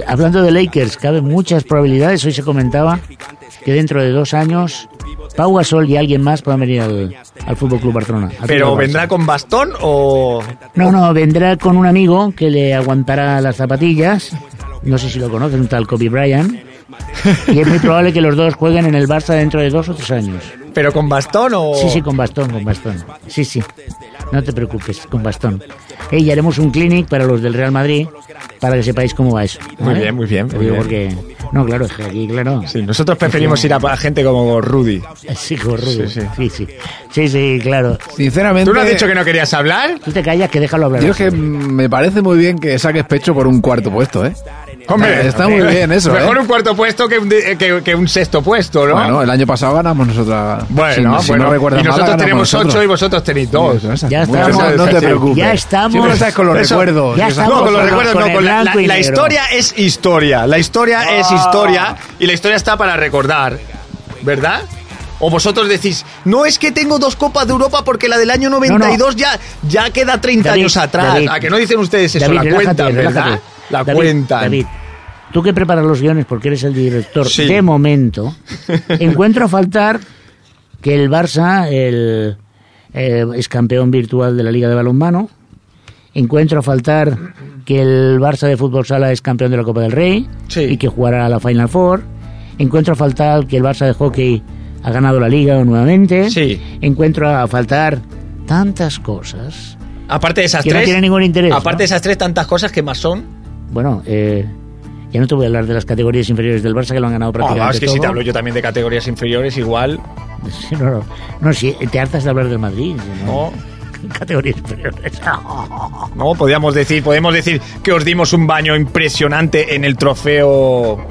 Speaker 2: Hablando de Lakers, cabe muchas probabilidades. Hoy se comentaba que dentro de dos años Pau Gasol y alguien más puedan venir al, al Fútbol Club Barcelona. al
Speaker 1: Pero
Speaker 2: Fútbol Barça.
Speaker 1: vendrá con bastón o.
Speaker 2: No, no, vendrá con un amigo que le aguantará las zapatillas. No sé si lo conoces, un tal Kobe
Speaker 1: [laughs]
Speaker 2: Bryant. Y es muy probable que los dos jueguen en el Barça dentro de dos o tres años.
Speaker 1: Pero con bastón o.
Speaker 2: Sí, sí, con bastón, con bastón. Sí, sí. No te preocupes, con bastón. Eh, y haremos un clinic para los del Real Madrid para que sepáis cómo va eso.
Speaker 1: Muy bien, muy bien,
Speaker 2: Lo
Speaker 1: muy
Speaker 2: digo
Speaker 1: bien.
Speaker 2: porque. No, claro, es que aquí, claro.
Speaker 1: Sí, nosotros preferimos ir a pa- gente como Rudy.
Speaker 2: Sí, correcto.
Speaker 1: Sí,
Speaker 2: Sí,
Speaker 1: sí.
Speaker 2: sí. Sí, sí, claro.
Speaker 3: Sinceramente.
Speaker 1: ¿Tú no has dicho que no querías hablar?
Speaker 2: Tú te callas que déjalo hablar.
Speaker 3: Yo es que me parece muy bien que saques pecho por un cuarto puesto, ¿eh?
Speaker 1: Hombre,
Speaker 3: Está muy bien eso,
Speaker 1: Mejor
Speaker 3: ¿eh?
Speaker 1: un cuarto puesto que un, de- eh, que- que un sexto puesto, ¿no?
Speaker 3: Bueno, el año pasado ganamos nosotros.
Speaker 1: Bueno,
Speaker 3: si, no- si
Speaker 1: bueno,
Speaker 3: no recuerdas
Speaker 1: y
Speaker 3: mal,
Speaker 1: nosotros
Speaker 3: ganamos
Speaker 1: tenemos
Speaker 3: nosotros.
Speaker 1: ocho y vosotros tenéis dos.
Speaker 2: Ya
Speaker 3: Mucho,
Speaker 2: estamos.
Speaker 3: no, no te
Speaker 1: Ya
Speaker 3: preocupes.
Speaker 2: estamos.
Speaker 3: Siempre estás con los
Speaker 1: Eso-
Speaker 3: recuerdos.
Speaker 2: ya
Speaker 3: esas
Speaker 2: estamos.
Speaker 1: No,
Speaker 3: cosas.
Speaker 1: con los
Speaker 2: con-
Speaker 1: recuerdos,
Speaker 2: con
Speaker 1: no,
Speaker 2: el
Speaker 1: con la,
Speaker 2: blanco
Speaker 1: la-
Speaker 2: y
Speaker 1: la
Speaker 2: negro. Ah.
Speaker 1: historia es historia. La historia es historia y la historia está para recordar, ¿verdad? O vosotros decís, no es que tengo dos Copas de Europa porque la del año 92 ya, ya queda 30
Speaker 2: David,
Speaker 1: años atrás.
Speaker 2: David.
Speaker 1: ¿A que no dicen ustedes eso?
Speaker 2: David,
Speaker 1: la
Speaker 2: relájate,
Speaker 1: cuentan, ¿verdad?
Speaker 2: relájate.
Speaker 1: La
Speaker 2: David,
Speaker 1: cuentan.
Speaker 2: David, tú que preparas los guiones porque eres el director
Speaker 1: Sí. [laughs]
Speaker 2: de momento, encuentro a faltar que el Barça el, eh, es campeón virtual de la Liga de Balonmano, encuentro a faltar que el Barça de Fútbol Sala es campeón de la Copa del Rey
Speaker 1: Sí.
Speaker 2: y que jugará a la Final Four, encuentro a faltar que el Barça de Hockey ha ganado la Liga nuevamente,
Speaker 1: Sí.
Speaker 2: encuentro a faltar tantas cosas.
Speaker 1: Aparte de esas
Speaker 2: Que no
Speaker 1: tres.
Speaker 2: tiene ningún interés,
Speaker 1: Aparte
Speaker 2: ¿no?
Speaker 1: de esas tres, tantas cosas que más son.
Speaker 2: Bueno, eh, ya no te voy a hablar de las categorías inferiores del Barça que lo han ganado
Speaker 1: Ah,
Speaker 2: prácticamente
Speaker 1: es que
Speaker 2: todo.
Speaker 1: si te hablo yo también de categorías inferiores, igual.
Speaker 2: [laughs] Sí, No, no, no, sí, te hartas de hablar del Madrid.
Speaker 1: No.
Speaker 2: [laughs] Categorías
Speaker 1: [laughs]
Speaker 2: inferiores.
Speaker 1: No, podríamos decir, podemos decir que os dimos un baño impresionante en el trofeo.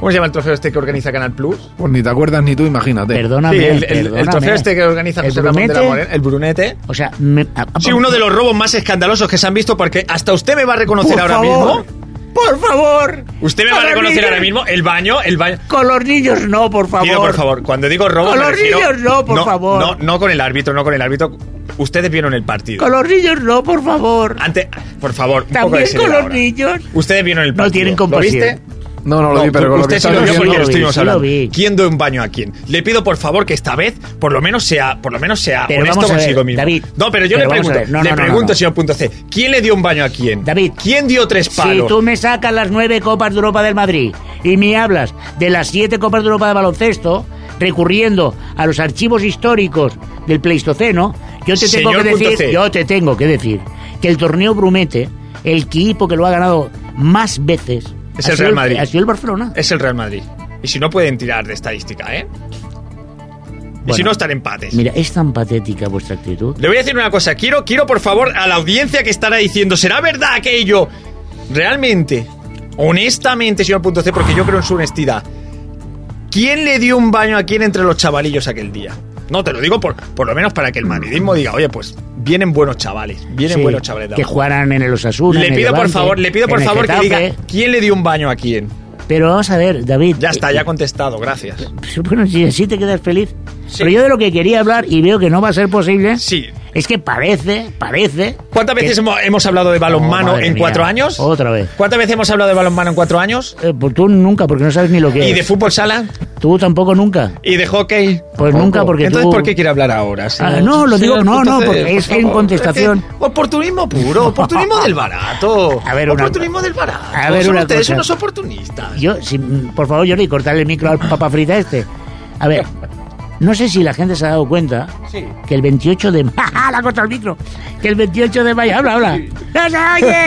Speaker 1: ¿Cómo se llama el trofeo este que organiza Canal Plus?
Speaker 3: Pues ni te acuerdas ni tú, imagínate.
Speaker 2: Perdóname,
Speaker 1: Sí,
Speaker 2: perdóname.
Speaker 1: el, el- el trofeo este que organiza
Speaker 2: el
Speaker 1: José Ramón de la
Speaker 2: Brunete,
Speaker 1: Morena, el Brunete.
Speaker 2: O sea, me- a- a-
Speaker 1: Sí, uno de los robos más escandalosos que se han visto, porque hasta usted me va a reconocer
Speaker 2: Por
Speaker 1: ahora
Speaker 2: favor.
Speaker 1: mismo.
Speaker 2: Por favor.
Speaker 1: Usted me va a
Speaker 2: Para
Speaker 1: reconocer
Speaker 2: mí.
Speaker 1: ahora mismo el baño, el baño.
Speaker 2: Con los niños no, por favor.
Speaker 1: Pido, por favor, cuando digo robo.
Speaker 2: Con
Speaker 1: me
Speaker 2: los
Speaker 1: refiero-
Speaker 2: niños no, por favor.
Speaker 1: No, no con el árbitro, no con el árbitro. Ustedes vieron el partido.
Speaker 2: Con los niños no, por favor.
Speaker 1: Antes, por favor, un poco de
Speaker 2: También
Speaker 1: seriedad
Speaker 2: con los
Speaker 1: ahora.
Speaker 2: niños.
Speaker 1: Ustedes vieron el
Speaker 2: No
Speaker 1: partido.
Speaker 2: tienen
Speaker 1: ¿Lo
Speaker 2: compasión.
Speaker 1: viste?
Speaker 3: No, no lo vi, pero
Speaker 1: tú-
Speaker 3: con lo
Speaker 1: usted
Speaker 3: que
Speaker 1: sí
Speaker 3: estás
Speaker 1: lo vio porque
Speaker 2: diciendo- Sí
Speaker 1: lo
Speaker 2: lo vi,
Speaker 1: estuvimos
Speaker 2: sí lo
Speaker 1: hablando.
Speaker 2: vi.
Speaker 1: ¿Quién dio un baño a quién? Le pido por favor que esta vez, por lo menos sea, por lo menos sea
Speaker 2: Pero
Speaker 1: honesto
Speaker 2: vamos a ver,
Speaker 1: consigo mismo.
Speaker 2: David,
Speaker 1: no, pero yo
Speaker 2: pero
Speaker 1: le
Speaker 2: vamos a
Speaker 1: pregunto,
Speaker 2: ver. No,
Speaker 1: le
Speaker 2: no, no,
Speaker 1: pregunto,
Speaker 2: no.
Speaker 1: señor punto C, ¿quién le dio un baño a quién?
Speaker 2: David.
Speaker 1: ¿quién dio tres palos?
Speaker 2: Si tú me sacas las nueve Copas de Europa del Madrid y me hablas de las siete Copas de Europa de baloncesto, recurriendo a los archivos históricos del Pleistoceno, yo te tengo
Speaker 1: Señor
Speaker 2: que decir,
Speaker 1: punto C.
Speaker 2: yo te tengo que decir que el torneo Brumete, el equipo que lo ha ganado más veces,
Speaker 1: Es
Speaker 2: ha
Speaker 1: el
Speaker 2: sido
Speaker 1: Real Madrid.
Speaker 2: ha sido el Barcelona.
Speaker 1: Es el Real Madrid. Y si no pueden tirar de estadística, ¿eh? y si
Speaker 2: Bueno.
Speaker 1: no están empates.
Speaker 2: Mira, es tan patética vuestra actitud.
Speaker 1: Le voy a decir una cosa. Quiero, quiero por favor a la audiencia que estará diciendo, ¿será verdad aquello? Realmente, honestamente, señor Punto C, porque yo creo en su honestidad. ¿Quién le dio un baño a quién entre los chavalillos aquel día? No, te lo digo por, por lo menos para que el madridismo diga, oye, pues vienen buenos chavales, vienen
Speaker 2: Sí,
Speaker 1: buenos chavales. de
Speaker 2: que
Speaker 1: abajo".
Speaker 2: jugaran en el Osasuna.
Speaker 1: le
Speaker 2: en el
Speaker 1: pido por
Speaker 2: Levante,
Speaker 1: favor, le pido por
Speaker 2: en el
Speaker 1: favor que
Speaker 2: Getafe.
Speaker 1: diga quién le dio un baño a quién.
Speaker 2: Pero vamos a ver, David.
Speaker 1: Ya está,
Speaker 2: eh,
Speaker 1: ya ha contestado, gracias.
Speaker 2: Pues, Bueno, si así te quedas feliz.
Speaker 1: Sí.
Speaker 2: Pero yo de lo que quería hablar y veo que no va a ser posible.
Speaker 1: Sí.
Speaker 2: Es que parece, parece.
Speaker 1: ¿Cuántas
Speaker 2: que-
Speaker 1: veces hemos, hemos hablado de balonmano
Speaker 2: Oh, madre
Speaker 1: en
Speaker 2: mía.
Speaker 1: cuatro años?
Speaker 2: Otra vez.
Speaker 1: ¿Cuántas veces hemos hablado de balonmano en cuatro años?
Speaker 2: Eh, pues tú nunca, porque no sabes ni lo que
Speaker 1: ¿Y de
Speaker 2: es.
Speaker 1: fútbol sala?
Speaker 2: Tú tampoco nunca.
Speaker 1: ¿Y de hockey?
Speaker 2: Pues nunca, porque
Speaker 1: Entonces,
Speaker 2: tú-
Speaker 1: ¿por qué quiere hablar ahora? señor?
Speaker 2: Ah, no, lo digo-
Speaker 1: Señor,
Speaker 2: no,
Speaker 1: punto
Speaker 2: no,
Speaker 1: C,
Speaker 2: porque
Speaker 1: por
Speaker 2: es en
Speaker 1: favor.
Speaker 2: contestación.
Speaker 1: Es que oportunismo
Speaker 2: [laughs]
Speaker 1: puro, oportunismo del barato.
Speaker 2: A ver, una-
Speaker 1: Oportunismo del barato.
Speaker 2: A ver,
Speaker 1: Son
Speaker 2: una
Speaker 1: ustedes
Speaker 2: cosa.
Speaker 1: unos oportunistas.
Speaker 2: Yo, si- por favor, Jordi, cortarle el micro al papa frita este. A ver, no sé si la gente se ha dado cuenta que el 28 de ¡Ah, mayo. [laughs] ¡Ja, la corta el micro! Que el 28 de mayo. Habla, habla. ¡No se oye!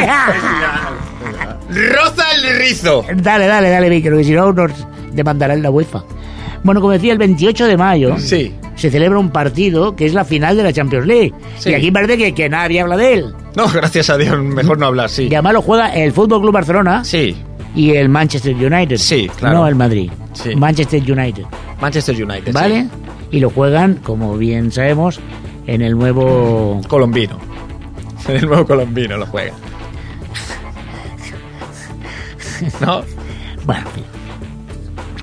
Speaker 1: [laughs]
Speaker 2: [laughs]
Speaker 1: ¡Roza el rizo!
Speaker 2: Dale, dale, dale, micro, que si no nos demandarán la UEFA. Bueno, como decía, el 28 de mayo
Speaker 1: Sí.
Speaker 2: se celebra un partido que es la final de la Champions League.
Speaker 1: Sí.
Speaker 2: Y aquí parece que, que nadie habla de él.
Speaker 1: No, gracias a Dios, mejor no hablar, sí.
Speaker 2: Y además lo juega el Fútbol Club Barcelona
Speaker 1: Sí,
Speaker 2: y el Manchester United.
Speaker 1: Sí, claro.
Speaker 2: No el Madrid.
Speaker 1: Sí.
Speaker 2: Manchester United.
Speaker 1: Manchester United.
Speaker 2: ¿Vale? Y lo juegan, como bien sabemos, en el nuevo.
Speaker 1: sí. Colombino. [laughs] El nuevo colombino lo
Speaker 2: [laughs]
Speaker 1: juega. ¿No?
Speaker 2: Bueno, en fin.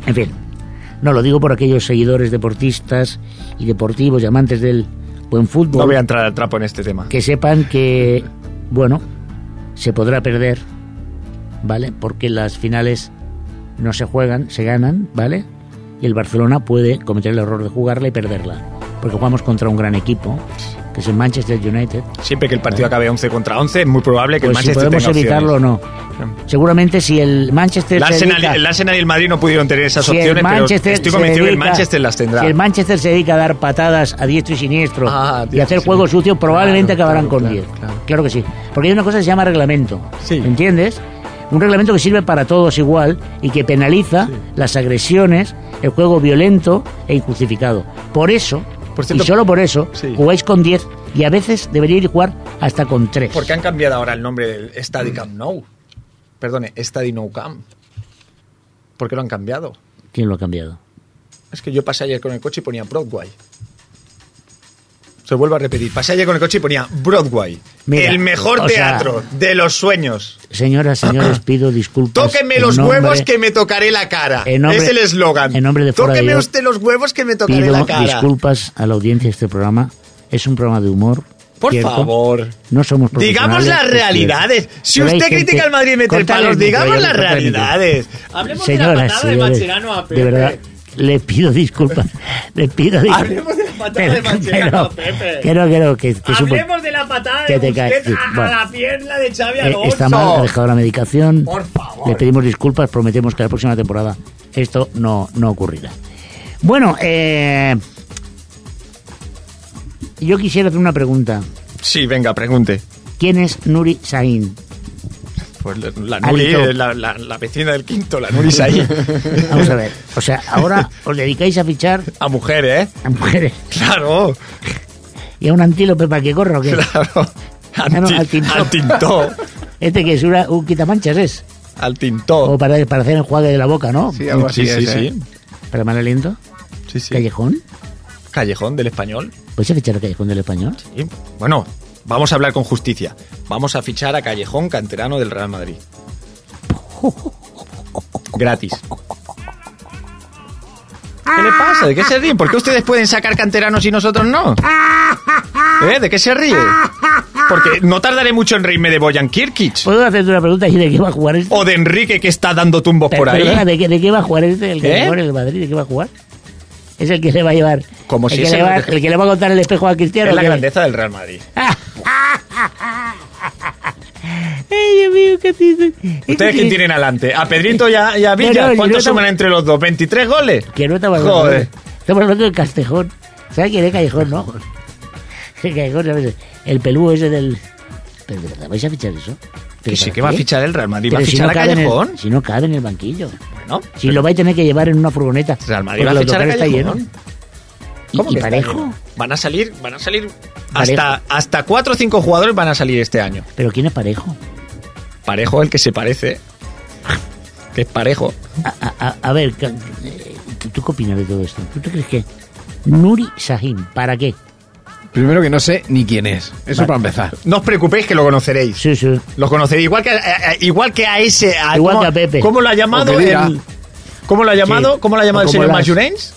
Speaker 2: En fin. No lo digo por aquellos seguidores deportistas y deportivos y amantes del buen fútbol.
Speaker 1: No voy a entrar al trapo en este tema.
Speaker 2: que sepan que, bueno, se podrá perder, ¿vale? Porque las finales no se juegan, se ganan, ¿vale? Y el Barcelona puede cometer el error de jugarla y perderla. Porque jugamos contra un gran equipo, que es el Manchester United.
Speaker 1: Siempre que el partido acabe 11 contra 11, es muy probable que
Speaker 2: Pues
Speaker 1: el
Speaker 2: si
Speaker 1: Manchester
Speaker 2: podemos
Speaker 1: tenga
Speaker 2: evitarlo o
Speaker 1: opciones.
Speaker 2: no. Seguramente si el Manchester
Speaker 1: El
Speaker 2: se
Speaker 1: Arsenal,
Speaker 2: dedica-
Speaker 1: el Arsenal y el Madrid no pudieron tener esas
Speaker 2: si el
Speaker 1: opciones, pero
Speaker 2: Manchester
Speaker 1: estoy
Speaker 2: se
Speaker 1: convencido que el
Speaker 2: dedica-
Speaker 1: Manchester las tendrá.
Speaker 2: Si el Manchester se dedica a dar patadas a diestro y siniestro
Speaker 1: Ah,
Speaker 2: y
Speaker 1: diestro
Speaker 2: a hacer
Speaker 1: y
Speaker 2: juegos
Speaker 1: siniestro.
Speaker 2: sucios, probablemente
Speaker 1: Claro,
Speaker 2: acabarán
Speaker 1: claro,
Speaker 2: con
Speaker 1: claro,
Speaker 2: 10. Claro,
Speaker 1: claro.
Speaker 2: que sí. Porque hay una cosa que se llama reglamento.
Speaker 1: Sí.
Speaker 2: ¿Entiendes? Un reglamento que sirve para todos igual y que penaliza las agresiones, el juego violento e injustificado. Por eso,
Speaker 1: Por cierto,
Speaker 2: y solo por eso,
Speaker 1: sí.
Speaker 2: jugáis con 10 y a veces deberíais jugar hasta con 3.
Speaker 1: Porque han cambiado ahora el nombre del Stadi Camp Nou. Perdone, Stadi No Camp. ¿Por qué lo han cambiado?
Speaker 2: ¿Quién lo ha cambiado?
Speaker 1: Es que yo pasé ayer con el coche y ponía Broadway. Se vuelvo a repetir. Pasé ayer con el coche y ponía Broadway.
Speaker 2: Mira,
Speaker 1: el mejor
Speaker 2: o sea-
Speaker 1: teatro de los sueños. [coughs]
Speaker 2: Señoras, señores, pido disculpas.
Speaker 1: Tóquenme
Speaker 2: Pues, en
Speaker 1: los
Speaker 2: nombre-
Speaker 1: huevos que me tocaré la cara.
Speaker 2: en nombre-
Speaker 1: es el eslogan.
Speaker 2: en nombre de Fuera de
Speaker 1: Tóqueme
Speaker 2: York,
Speaker 1: usted los huevos que me tocaré
Speaker 2: Pido
Speaker 1: la cara.
Speaker 2: disculpas a la audiencia de este programa. Es un programa de humor
Speaker 1: Por
Speaker 2: ¿Cierto?
Speaker 1: favor.
Speaker 2: No somos
Speaker 1: Digamos
Speaker 2: profesionales,
Speaker 1: las
Speaker 2: es cierto.
Speaker 1: realidades. Si
Speaker 2: Pero hay
Speaker 1: usted
Speaker 2: gente-
Speaker 1: critica al Madrid y mete
Speaker 2: Cortale
Speaker 1: palos,
Speaker 2: el micro,
Speaker 1: digamos
Speaker 2: ya,
Speaker 1: las
Speaker 2: cortale el micro.
Speaker 1: realidades. Hablemos de la
Speaker 2: Señoras,
Speaker 1: patada de
Speaker 2: señores,
Speaker 1: Mascherano a Pepe.
Speaker 2: de verdad, le pido disculpas. le pido disculpas.
Speaker 1: Hablemos de la patada de Mascherano a Pepe.
Speaker 2: que este no, que no, que, que supo-
Speaker 1: Hablemos de la patada
Speaker 2: que
Speaker 1: de
Speaker 2: te
Speaker 1: Busquets
Speaker 2: cae- sí,
Speaker 1: a- a,
Speaker 2: bueno.
Speaker 1: la pierna de Xavi
Speaker 2: eh,
Speaker 1: Alonso.
Speaker 2: está mal, ha dejado la medicación.
Speaker 1: Por favor.
Speaker 2: Le pedimos disculpas, prometemos que la próxima temporada esto no, no ocurrirá. Bueno, eh, yo quisiera hacer una pregunta.
Speaker 1: Sí, venga, pregunte.
Speaker 2: ¿Quién es Nuri Sahin?
Speaker 1: Pues la,
Speaker 2: Nuri, Alito.
Speaker 1: la, vecina del quinto, la Nuri
Speaker 2: [laughs]
Speaker 1: ahí.
Speaker 2: Vamos a ver. O sea, ahora os dedicáis a fichar
Speaker 1: A mujeres, ¿eh?
Speaker 2: a mujeres
Speaker 1: Claro,
Speaker 2: y a un antílope para que corra o qué.
Speaker 1: claro.
Speaker 2: no, [laughs] al tintó.
Speaker 1: al tintó.
Speaker 2: Este que es una- un quitamanchas es.
Speaker 1: Al
Speaker 2: O
Speaker 1: tintó.
Speaker 2: para, para hacer enjuague de la boca, ¿no?
Speaker 3: Sí, algo así.
Speaker 1: Oh. Sí, sí,
Speaker 3: es, ¿eh?
Speaker 1: sí.
Speaker 2: Para mal aliento.
Speaker 1: Sí, sí.
Speaker 2: Callejón.
Speaker 1: Callejón del español.
Speaker 2: ¿Puedes fichar a Callejón del Español?
Speaker 1: Sí. Bueno, vamos a hablar con justicia. Vamos a fichar a Callejón Canterano del Real Madrid. Gratis. ¿Qué le pasa? ¿De qué se ríen? ¿Por qué ustedes pueden sacar canteranos y nosotros no? ¿Eh? ¿De qué se ríe? Porque no tardaré mucho en reírme de Boyan Kirkic.
Speaker 2: ¿Puedo hacerte una pregunta y de qué va a jugar este?
Speaker 1: O de Enrique que está dando tumbos
Speaker 2: Per-
Speaker 1: por ahí.
Speaker 2: perdona, ¿de, qué, de qué va a jugar este? ¿El que
Speaker 1: ¿Eh?
Speaker 2: va a jugar en el Madrid? ¿De qué va a jugar? Es el que le va a llevar.
Speaker 1: Como
Speaker 2: el
Speaker 1: si
Speaker 2: que
Speaker 1: ese
Speaker 2: le va-
Speaker 1: no te-
Speaker 2: el que le va a contar el espejo a Cristiano.
Speaker 1: Es la
Speaker 2: ¿o qué?
Speaker 1: grandeza del Real Madrid.
Speaker 2: [laughs] Ay, Dios mío, qué triste. Este
Speaker 1: ¿Ustedes quién tienen adelante? ¿A Pedrito y a, y a
Speaker 2: No,
Speaker 1: Villa?
Speaker 2: no, yo
Speaker 1: ¿Cuántos
Speaker 2: no tengo-
Speaker 1: suman entre los dos? ¿23 goles?
Speaker 2: Que no estamos hablando.
Speaker 1: Joder.
Speaker 2: Estamos hablando del Castejón. ¿Sabes quién es Callejón, no? [laughs] El Callejón, ¿sabes? El pelú ese del. Pero de verdad, ¿vais a fichar eso?
Speaker 1: Que
Speaker 2: ¿Pero
Speaker 1: sí
Speaker 2: para
Speaker 1: que va a
Speaker 2: qué?
Speaker 1: fichar el Real Madrid,
Speaker 2: Pero
Speaker 1: va a
Speaker 2: si
Speaker 1: fichar
Speaker 2: no
Speaker 1: a
Speaker 2: cabe en el-
Speaker 1: Callejón.
Speaker 2: si no cabe en el banquillo.
Speaker 1: Bueno,
Speaker 2: Si lo vais a tener que llevar en una furgoneta.
Speaker 1: Real Madrid va
Speaker 2: porque
Speaker 1: a
Speaker 2: el
Speaker 1: fichar a
Speaker 2: autocar está
Speaker 1: Callejón.
Speaker 2: lleno. Y-
Speaker 1: ¿cómo
Speaker 2: Y,
Speaker 1: que está
Speaker 2: parejo.
Speaker 1: lleno? Van a salir, van a salir hasta,
Speaker 2: Parejo.
Speaker 1: hasta cuatro o cinco jugadores van a salir este año.
Speaker 2: Pero ¿quién es parejo?
Speaker 1: Parejo el que se parece. Que es parejo.
Speaker 2: A, a- a- a ver, ca- eh, ¿tú, tú qué opinas de todo esto? ¿Tú te crees que Nuri Sahin, ¿para qué?
Speaker 3: Primero que no sé ni quién es. Eso
Speaker 2: Vale.
Speaker 3: para empezar.
Speaker 1: No os preocupéis que lo conoceréis.
Speaker 2: Sí, sí.
Speaker 1: Lo conoceréis. Igual que, a- a- a- igual que a ese. a-
Speaker 2: Igual
Speaker 1: ¿cómo-
Speaker 2: que a Pepe.
Speaker 1: ¿Cómo lo ha llamado
Speaker 3: O que diga.
Speaker 1: el- ¿Cómo lo ha llamado?
Speaker 2: Sí.
Speaker 1: ¿Cómo lo ha llamado el
Speaker 2: O como
Speaker 1: señor
Speaker 2: las-
Speaker 1: Majorens?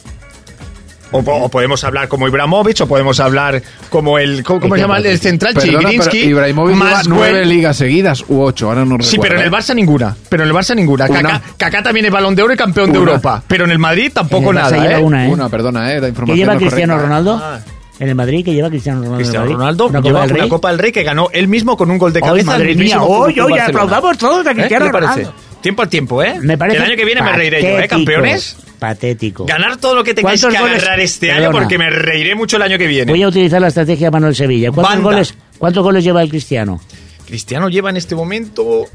Speaker 1: O, po- o podemos hablar como Ibrahimovic, o podemos hablar como el. ¿Cómo, cómo se llama? El central
Speaker 3: Perdona, pero
Speaker 1: Chigrinsky.
Speaker 3: Ibrahimovic lleva
Speaker 1: Maswell.
Speaker 3: nueve ligas seguidas u ocho, ahora no recuerdo.
Speaker 1: Sí, pero en el
Speaker 3: ¿eh?
Speaker 1: Barça ninguna. Pero en el Barça ninguna.
Speaker 3: Una.
Speaker 1: Kaká, Kaká también es balón de oro y campeón de
Speaker 3: Una.
Speaker 1: Europa. Pero en el Madrid tampoco
Speaker 2: En el Barça
Speaker 1: nada.
Speaker 2: lleva
Speaker 1: ¿eh?
Speaker 2: una, ¿eh?
Speaker 3: Una, perdona, eh, la información
Speaker 2: ¿Qué lleva
Speaker 3: no es
Speaker 2: Cristiano
Speaker 3: correcta,
Speaker 2: Ronaldo?
Speaker 1: Ah.
Speaker 2: En el Madrid, ¿qué lleva Cristiano Ronaldo? en el
Speaker 1: Cristiano
Speaker 2: Madrid?
Speaker 1: Ronaldo
Speaker 2: ¿Una
Speaker 1: lleva
Speaker 2: Copa del
Speaker 1: una
Speaker 2: Rey?
Speaker 1: Copa del Rey que ganó él mismo con un gol de
Speaker 2: Hoy,
Speaker 1: cabeza.
Speaker 2: madre
Speaker 1: al mismísimo
Speaker 2: mía, hoy,
Speaker 1: Fútbol
Speaker 2: hoy,
Speaker 1: Barcelona.
Speaker 2: aplaudamos todos a Cristiano
Speaker 1: ¿Eh? ¿Qué le parece?
Speaker 2: Ronaldo.
Speaker 1: Tiempo al tiempo, ¿eh?
Speaker 2: Me parece
Speaker 1: el año que viene me reiré yo, ¿eh?
Speaker 2: patético,
Speaker 1: Campeones.
Speaker 2: Patético.
Speaker 1: Ganar todo lo que tengáis que
Speaker 2: ¿Cuántos goles-
Speaker 1: agarrar este año
Speaker 2: Perdona.
Speaker 1: porque me reiré mucho el año que viene.
Speaker 2: Voy a utilizar la estrategia Manuel Sevilla. ¿Cuántos
Speaker 1: Banda.
Speaker 2: goles, ¿Cuántos goles lleva el Cristiano?
Speaker 1: Cristiano lleva en este momento.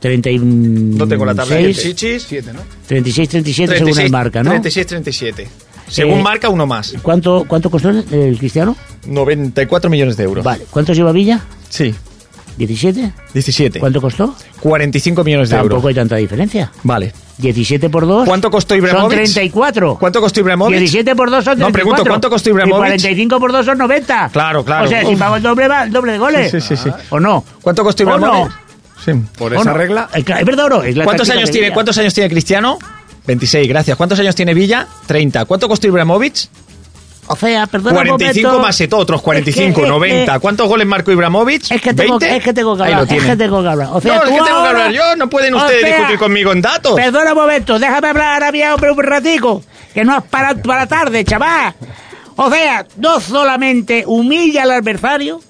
Speaker 2: 36,
Speaker 1: No tengo la tabla de chichis.
Speaker 3: Siete, ¿no?
Speaker 2: 36, 37 según el marca, ¿no?
Speaker 1: 36-37. Según
Speaker 2: Eh,
Speaker 1: marca, uno más.
Speaker 2: ¿Cuánto, ¿Cuánto costó el, el Cristiano?
Speaker 1: 94 millones de euros.
Speaker 2: Vale. ¿Cuántos lleva Villa?
Speaker 1: Sí,
Speaker 2: ¿17?
Speaker 1: 17.
Speaker 2: ¿Cuánto costó?
Speaker 1: 45 millones de euros.
Speaker 2: Tampoco hay tanta diferencia.
Speaker 1: Vale.
Speaker 2: 17 por 2.
Speaker 1: ¿Cuánto costó
Speaker 2: Son
Speaker 1: Ibrahimovic?
Speaker 2: 34.
Speaker 1: ¿Cuánto costó Ibrahimovic?
Speaker 2: 17 por 2 son 34.
Speaker 1: No, pregunto, ¿cuánto costó Ibrahimovic?
Speaker 2: Y 45 por 2 son 90.
Speaker 1: Claro, claro.
Speaker 2: O sea, si
Speaker 1: Uf.
Speaker 2: pago el doble, va- el doble de goles.
Speaker 1: Sí, sí, sí, sí.
Speaker 2: ¿O no?
Speaker 1: ¿Cuánto costó
Speaker 2: ¿O
Speaker 1: Ibrahimovic?
Speaker 2: no?
Speaker 1: Sí.
Speaker 3: Por
Speaker 2: ¿O
Speaker 3: esa
Speaker 2: no?
Speaker 3: regla,
Speaker 2: Eh, claro, Es verdad, o no. Es la
Speaker 1: ¿Cuántos
Speaker 2: táctica
Speaker 1: años
Speaker 2: de
Speaker 1: tiene?
Speaker 2: Villa.
Speaker 1: ¿Cuántos años tiene Cristiano? 26, gracias. ¿Cuántos años tiene Villa? 30. ¿Cuánto costó Ibrahimovic?
Speaker 2: O sea, perdona
Speaker 1: 45
Speaker 2: un momento.
Speaker 1: más Eto, otros
Speaker 2: Es
Speaker 1: 45,
Speaker 2: que- es
Speaker 1: 90.
Speaker 2: que-
Speaker 1: ¿Cuántos goles marcó Ibrahimovic?
Speaker 2: Es que tengo,
Speaker 1: 20.
Speaker 2: es que tengo que
Speaker 1: Ahí
Speaker 2: hablar,
Speaker 1: lo
Speaker 2: es
Speaker 1: tiene.
Speaker 2: que tengo que hablar. O sea,
Speaker 1: no, es
Speaker 2: tú
Speaker 1: que tengo que
Speaker 2: ahora-
Speaker 1: hablar yo. No pueden
Speaker 2: o
Speaker 1: ustedes
Speaker 2: sea,
Speaker 1: discutir conmigo en datos.
Speaker 2: Perdona un momento, déjame hablar a mí, hombre, un ratico, que no es para, para tarde, chaval. O sea, no solamente humilla al adversario,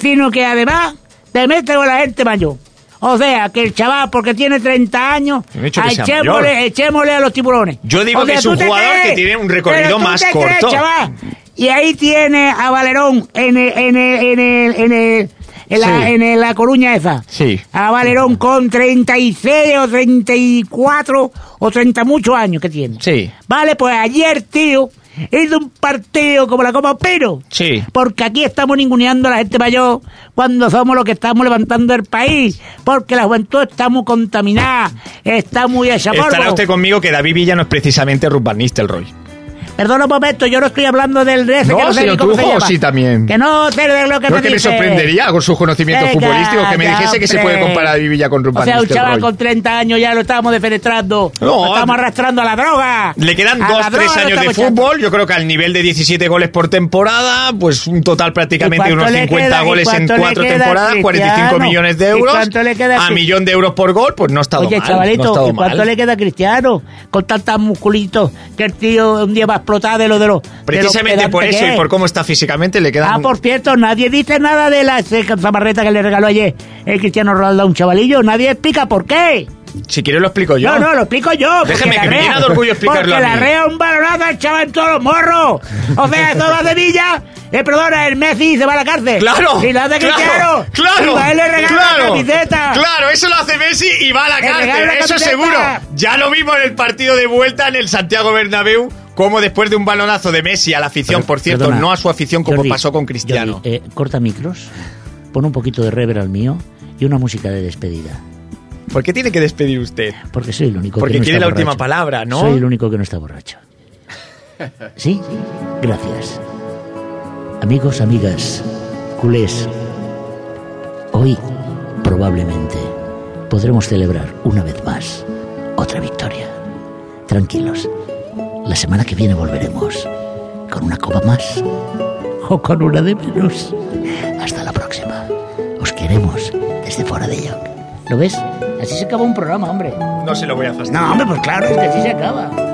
Speaker 2: sino que además te mete con la gente mayor. O sea, que el chaval, porque tiene 30 años,
Speaker 1: Yo no he dicho que sea mayor.
Speaker 2: echémosle, echémosle a los tiburones.
Speaker 1: Yo digo
Speaker 2: O sea,
Speaker 1: que es
Speaker 2: ¿tú
Speaker 1: un
Speaker 2: te
Speaker 1: jugador que tiene un recorrido
Speaker 2: pero tú
Speaker 1: más
Speaker 2: te crees,
Speaker 1: corto.
Speaker 2: chaval. Y ahí tiene a Valerón en el- en el- en el- en el- en la-
Speaker 1: Sí.
Speaker 2: en el- la Coruña esa
Speaker 1: Sí.
Speaker 2: a Valerón con 36 o 34 o 30 muchos años que tiene.
Speaker 1: Sí.
Speaker 2: Vale, pues ayer, tío, hizo un partido como la Copa Pero.
Speaker 1: Sí.
Speaker 2: Porque aquí estamos ninguneando a la gente mayor cuando somos los que estamos levantando el país. Porque la juventud está muy contaminada, está muy hecha polvo.
Speaker 1: Estará usted conmigo que David Villa no es precisamente Ruth Van Nistelrooy.
Speaker 2: Perdona un momento, yo no estoy hablando del de ese
Speaker 1: No,
Speaker 2: que sé ni
Speaker 1: señor
Speaker 2: cómo se
Speaker 1: Trujo,
Speaker 2: llama.
Speaker 1: sí, también.
Speaker 2: Que no sé de lo que
Speaker 1: Creo
Speaker 2: me
Speaker 1: que me
Speaker 2: dice.
Speaker 1: sorprendería con sus conocimientos
Speaker 2: Venga,
Speaker 1: futbolísticos que me
Speaker 2: ya,
Speaker 1: dijese que se
Speaker 2: hombre.
Speaker 1: puede comparar a Vivilla con Rumpan.
Speaker 2: O sea, un chaval con 30 años ya lo estábamos defenestrando.
Speaker 1: No,
Speaker 2: lo estábamos
Speaker 1: hombre.
Speaker 2: arrastrando a la droga.
Speaker 1: Le quedan
Speaker 2: A la
Speaker 1: dos, tres
Speaker 2: droga lo
Speaker 1: años de
Speaker 2: estamos echando.
Speaker 1: fútbol. Yo creo que al nivel de 17 goles por temporada, pues un total prácticamente
Speaker 2: ¿Y
Speaker 1: de unos
Speaker 2: cuánto le
Speaker 1: 50
Speaker 2: queda? ¿Y
Speaker 1: goles en
Speaker 2: cuánto le
Speaker 1: cuatro
Speaker 2: queda,
Speaker 1: temporadas, 45
Speaker 2: Cristiano?
Speaker 1: millones de
Speaker 2: ¿Y
Speaker 1: euros.
Speaker 2: cuánto le queda,
Speaker 1: A
Speaker 2: Cristiano?
Speaker 1: millón de euros por gol, pues no ha estado
Speaker 2: Oye,
Speaker 1: mal.
Speaker 2: chavalito,
Speaker 1: no ha estado
Speaker 2: ¿y cuánto
Speaker 1: mal.
Speaker 2: le queda a Cristiano? Con tantas musculitos que el tío un día va a explotar de lo de los. de lo
Speaker 1: Precisamente por
Speaker 2: pedante
Speaker 1: eso
Speaker 2: que
Speaker 1: y
Speaker 2: es.
Speaker 1: por cómo está físicamente le quedan...
Speaker 2: Ah, por cierto, nadie dice nada de la eh, zamarreta que le regaló ayer el Cristiano Ronaldo a un chavalillo. Nadie explica por qué.
Speaker 1: Si quieres lo explico yo.
Speaker 2: No, no, lo explico yo. porque
Speaker 1: Déjeme,
Speaker 2: la
Speaker 1: que me
Speaker 2: rea-
Speaker 1: llena de orgullo explicarlo
Speaker 2: Porque
Speaker 1: a
Speaker 2: la
Speaker 1: mí.
Speaker 2: rea un balonazo al chaval en todos los morros. O sea, eso lo hace Villa. Eh, perdona, el Messi se va a la cárcel.
Speaker 1: ¡Claro!
Speaker 2: Y lo hace Cristiano.
Speaker 1: ¡Claro! ¡Claro!
Speaker 2: Y a él le regala
Speaker 1: ¡Claro!
Speaker 2: la camiseta.
Speaker 1: ¡Claro! Eso lo hace Messi y va a la
Speaker 2: Le
Speaker 1: cárcel,
Speaker 2: regala la
Speaker 1: eso
Speaker 2: camiseta.
Speaker 1: seguro. Ya lo vimos en el partido de vuelta en el Santiago Bernabéu, como después de un balonazo de Messi a la afición, por cierto,
Speaker 2: Perdona,
Speaker 1: no a su afición como
Speaker 2: Jordi,
Speaker 1: pasó con Cristiano.
Speaker 2: Jordi, eh, corta micros, pon un poquito de rever al mío y una música de despedida. eh.
Speaker 1: ¿Por qué tiene que despedir usted?
Speaker 2: Porque soy el único
Speaker 1: Porque
Speaker 2: que no
Speaker 1: quiere
Speaker 2: está
Speaker 1: la última
Speaker 2: borracho.
Speaker 1: palabra, ¿no?
Speaker 2: Soy el único que no está
Speaker 1: [laughs]
Speaker 2: borracho. ¿Sí? Gracias. Amigos, amigas, culés, hoy probablemente podremos celebrar una vez más otra victoria. Tranquilos, la semana que viene volveremos con una copa más o con una de menos. Hasta la próxima. Os queremos desde fuera de York. ¿Lo ves? Así se acaba un programa, hombre.
Speaker 1: No se lo voy a fastidiar.
Speaker 2: 啊 No, hombre, pues claro, es que así se acaba.